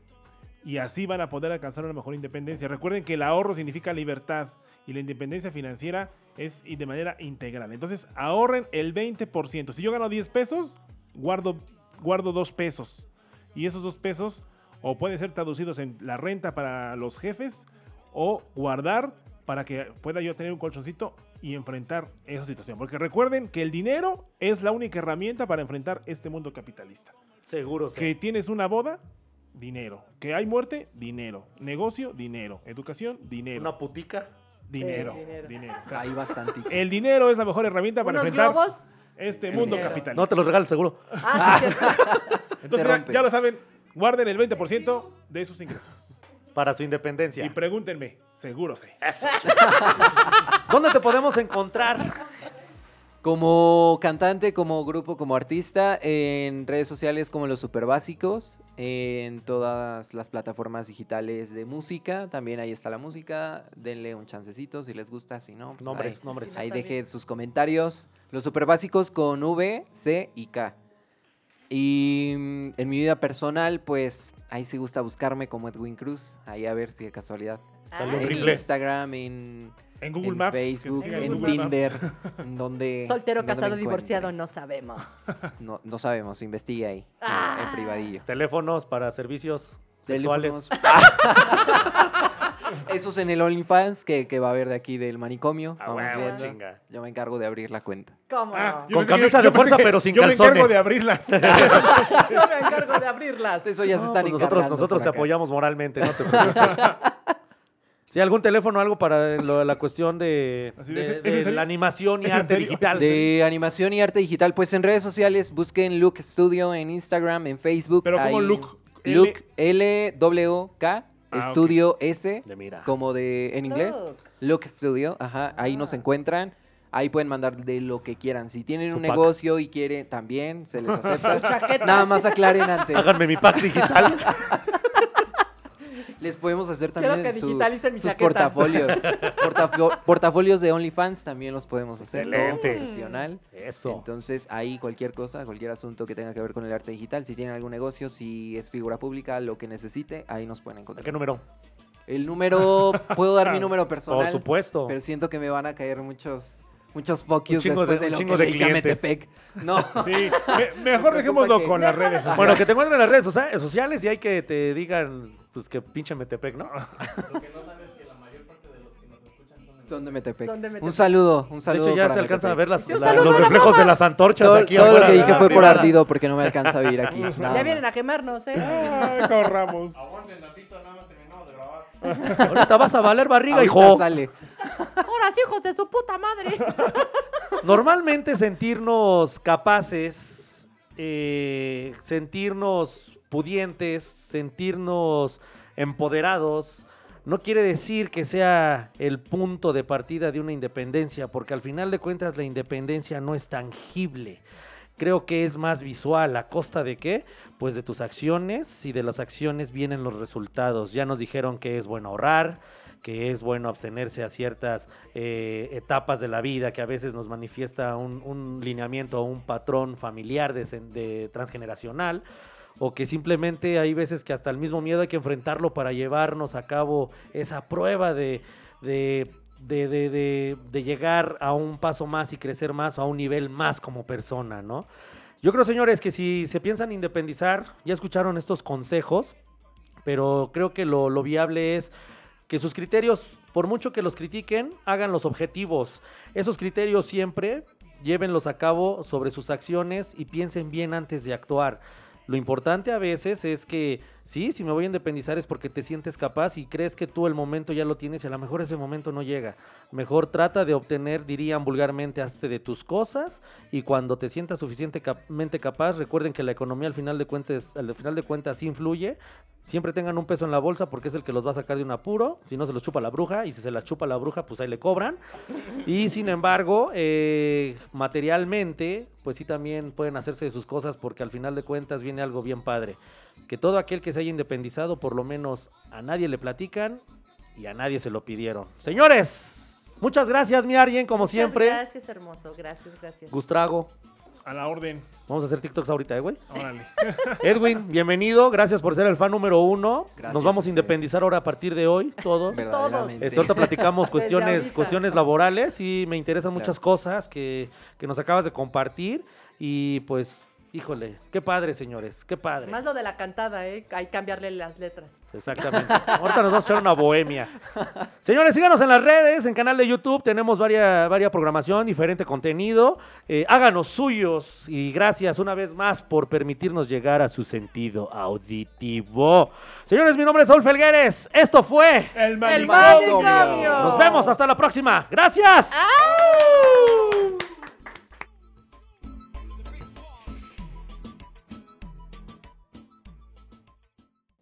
S4: Y así van a poder alcanzar una mejor independencia. Recuerden que el ahorro significa libertad. y la independencia financiera es y de manera integral. Entonces ahorren el 20%. Si yo gano 10 pesos, guardo, guardo 2 pesos. Y esos 2 pesos o pueden ser traducidos en la renta para los jefes o guardar para que pueda yo tener un colchoncito y enfrentar esa situación. Porque recuerden que el dinero es la única herramienta para enfrentar este mundo capitalista.
S2: Seguro, sí.
S4: Que tienes una boda, dinero. Que hay muerte, dinero. Negocio, dinero. Educación, dinero.
S2: Una putica.
S4: dinero.
S7: Sí,
S4: dinero.
S7: dinero.
S4: O sea,
S6: Ahí bastante.
S2: Eh,
S4: el dinero es la mejor herramienta para
S7: ¿Unos
S4: enfrentar
S7: globos?
S4: este mundo
S7: Dinero.
S4: capitalista.
S2: No te los regalo, seguro.
S7: Ah, sí,
S2: [laughs]
S7: cierto.
S4: Entonces
S6: Se
S4: ya,
S6: rompe.
S4: ya lo saben, guarden el 20% de sus ingresos.
S2: Para su independencia.
S4: Y pregúntenme, seguro sé.
S2: [laughs] ¿Dónde te podemos encontrar?
S6: Como cantante, como grupo, como artista, en redes sociales como los super básicos, en todas las plataformas digitales de música, también ahí está la música, denle un chancecito si les gusta, si no, pues
S2: Nombres,
S6: ahí,
S2: nombres.
S6: ahí
S7: Está
S6: dejen
S7: bien.
S6: sus comentarios. Los super básicos con V, C y K. Y mm, en mi vida personal, pues ahí sí gusta buscarme como Edwin Cruz, ahí a ver si de casualidad.
S2: Salió
S7: Ah,
S2: un
S6: En
S2: rifle.
S6: Instagram, en,
S4: En Google
S6: en
S4: Maps. que nos
S6: Facebook,
S4: sigan
S6: en,
S4: Google Maps.
S6: Tinder, en donde...
S7: Soltero,
S6: en donde me
S7: casado,
S6: encuentren.
S7: divorciado, no
S6: [laughs]
S7: sabemos.
S6: No, no sabemos, investiga ahí. en- En,
S7: Ah.
S6: privadillo.
S2: Teléfonos para servicios sexuales.
S6: Teléfonos. [laughs] Esos en el OnlyFans que, que va a haber de aquí del manicomio.
S2: Ah,
S6: Vamos
S2: huevo,
S6: viendo.
S2: chinga.
S6: Yo me encargo de abrir la cuenta.
S7: ¿Cómo?
S4: Ah, yo
S2: Con
S4: pensé que-
S2: camisa
S4: yo
S2: de
S4: pensé
S2: fuerza,
S4: que-
S2: pero sin
S4: Yo me encargo
S2: calzones.
S4: de
S2: [laughs]
S4: abrirlas.
S7: Yo me encargo de abrirlas.
S6: Eso ya se
S2: No,
S6: están
S2: pues nosotros
S6: encargando
S2: nosotros
S6: por
S2: te
S6: acá.
S2: apoyamos moralmente, no te preocupes.
S6: [laughs]
S2: Si algún teléfono, algo para lo- la cuestión de,
S4: Así
S2: de-
S4: es, ¿es
S2: de
S4: en serio?
S2: la animación y
S4: ¿Es en
S2: arte
S4: serio?
S2: digital.
S6: De animación y arte digital, pues en redes sociales busquen Look Studio en Instagram, en Facebook.
S4: Pero
S6: como
S4: ¿cómo Look? L-
S6: Look L-W-K
S4: Ah, ok.
S6: Studio S.
S2: De mira.
S6: como de en inglés,
S7: Look.
S6: Look Studio, ajá, ahí
S7: Ah.
S6: nos encuentran, ahí pueden mandar de lo que quieran. Si tienen
S2: Su
S6: un
S2: pack.
S6: negocio y quieren también, se
S7: [laughs]
S6: les acepta. Nada más aclaren antes.
S2: Háganme mi pack
S6: [laughs]
S2: digital.
S6: Les podemos hacer
S7: Quiero
S6: también
S7: que
S6: su-
S7: digitalicen mi
S6: sus
S7: chaqueta. [laughs]
S6: portafolios. Portafo- portafolios de OnlyFans también los podemos hacer. todo
S2: Excelente.
S6: profesional.
S2: Eso.
S6: Entonces, ahí cualquier cosa, cualquier asunto que tenga que ver con el arte digital, si tienen algún negocio, si es figura pública, lo que necesite, ahí nos pueden encontrar.
S2: ¿Qué número?
S6: El número, puedo
S2: [laughs]
S6: dar mi número personal.
S2: Por supuesto.
S6: Pero siento que me van a caer muchos, muchos fuck yous
S2: chingo
S6: después
S2: de-
S6: de,
S2: un
S6: lo
S2: chingo
S6: que
S2: de
S6: le dije a
S2: clientes.
S6: Metepec.
S2: [laughs]
S6: No.
S4: Sí, me- mejor dejémoslo
S6: que-
S4: con las redes sociales.
S2: Bueno, que te encuentren en las redes socia- sociales y hay que te digan, pues que pinche Metepec,
S4: [laughs]
S2: ¿no?
S6: Son de Metepec.
S7: Son de
S6: Un
S7: Metepec.
S6: saludo, un
S2: De
S6: saludo.
S2: hecho, ya
S6: para
S2: se alcanzan a ver
S6: Metepec.
S2: las,
S7: Y un
S2: la-
S7: saludo
S2: los
S7: a la
S2: reflejos
S7: boda.
S2: de las antorchas
S6: Todo,
S2: aquí
S6: todo lo
S2: afuera
S6: que
S2: de la
S6: dije fue por
S2: privada.
S6: ardido porque no me alcanza a vivir
S2: [laughs]
S6: aquí. nada
S7: Ya
S6: más. Ah.
S7: vienen a quemarnos, ¿eh?
S4: Ay, Ah, corramos.
S2: Ahorita vas a valer barriga,
S6: Ahorita
S2: hijo.
S6: sale.
S7: Ahora sí, hijos de su puta
S6: [laughs]
S7: madre.
S2: Normalmente sentirnos capaces, eh, sentirnos pudientes, sentirnos empoderados, no quiere decir que sea el punto de partida de una independencia, porque al final de cuentas la independencia no es tangible. Creo que es más visual. ¿A costa de qué? Pues de tus acciones y de las acciones vienen los resultados. Ya nos dijeron que es bueno ahorrar, que es bueno abstenerse a ciertas eh, etapas de la vida que a veces nos manifiesta un, un lineamiento o un patrón familiar de, sen- de transgeneracional o que simplemente hay veces que hasta el mismo miedo hay que enfrentarlo para llevarnos a cabo esa prueba de, de, de- de- de- de llegar a un paso más y crecer más o a un nivel más como persona, ¿no? Yo creo, señores, que si se piensan independizar, ya escucharon estos consejos, pero creo que lo, lo viable es que sus criterios, por mucho que los critiquen, hagan los objetivos. Esos criterios siempre llévenlos a cabo sobre sus acciones y piensen bien antes de actuar. Lo importante a veces es que, sí, si me voy a independizar es porque te sientes capaz y crees que tú el momento ya lo tienes y a lo mejor ese momento no llega. Mejor trata de obtener, dirían vulgarmente, hazte de tus cosas y cuando te sientas suficientemente capaz, recuerden que la economía al final de cuentas, al final de cuentas sí influye. Siempre tengan un peso en la bolsa porque es el que los va a sacar de un apuro. Si no, se los chupa la bruja. Y si se las chupa la bruja, pues ahí le cobran. Y sin embargo, eh, materialmente, pues sí también pueden hacerse de sus cosas porque al final de cuentas viene algo bien padre. Que todo aquel que se haya independizado, por lo menos a nadie le platican y a nadie se lo pidieron. Señores, muchas gracias, mi Arjen, como
S7: Muchas
S2: siempre.
S7: Gracias, hermoso. Gracias, gracias.
S2: Gustrago.
S4: A la orden.
S2: Vamos a hacer TikToks ahorita, ¿eh, güey.
S4: Órale.
S2: Edwin, bienvenido. Gracias por ser el fan número uno.
S6: Gracias
S2: Nos
S6: a
S2: vamos
S6: ustedes.
S2: a independizar ahora a partir de hoy, todos.
S6: Verdaderamente.
S2: Este, ahorita platicamos cuestiones,
S7: ahorita.
S2: cuestiones laborales y me interesan
S6: Claro.
S2: muchas cosas que, que nos acabas de compartir. Y pues, híjole, qué padre, señores, qué padre.
S7: Más lo de la cantada, ¿eh? Hay que cambiarle las letras.
S2: Exactamente. Ahorita nos vamos a echar una bohemia. Señores, síganos en las redes, en canal de YouTube. Tenemos varias varia programación, diferente contenido. Eh, háganos suyos y gracias una vez más por permitirnos llegar a su sentido auditivo. Señores, mi nombre es Saúl Felgueres. Esto fue.
S4: El
S7: ¡El
S4: manicomio.
S7: manicomio!
S2: Nos vemos. Hasta la próxima. Gracias.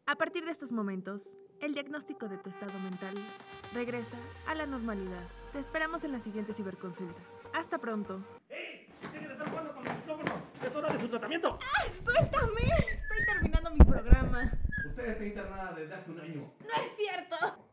S8: A partir de estos momentos, el diagnóstico de tu estado mental regresa a la normalidad. Te esperamos en la siguiente ciberconsulta. Hasta pronto.
S2: Es hora de su tratamiento.
S8: ¡Tú también! Estoy terminando mi programa.
S2: Usted está internada desde hace un año.
S8: ¡No es cierto!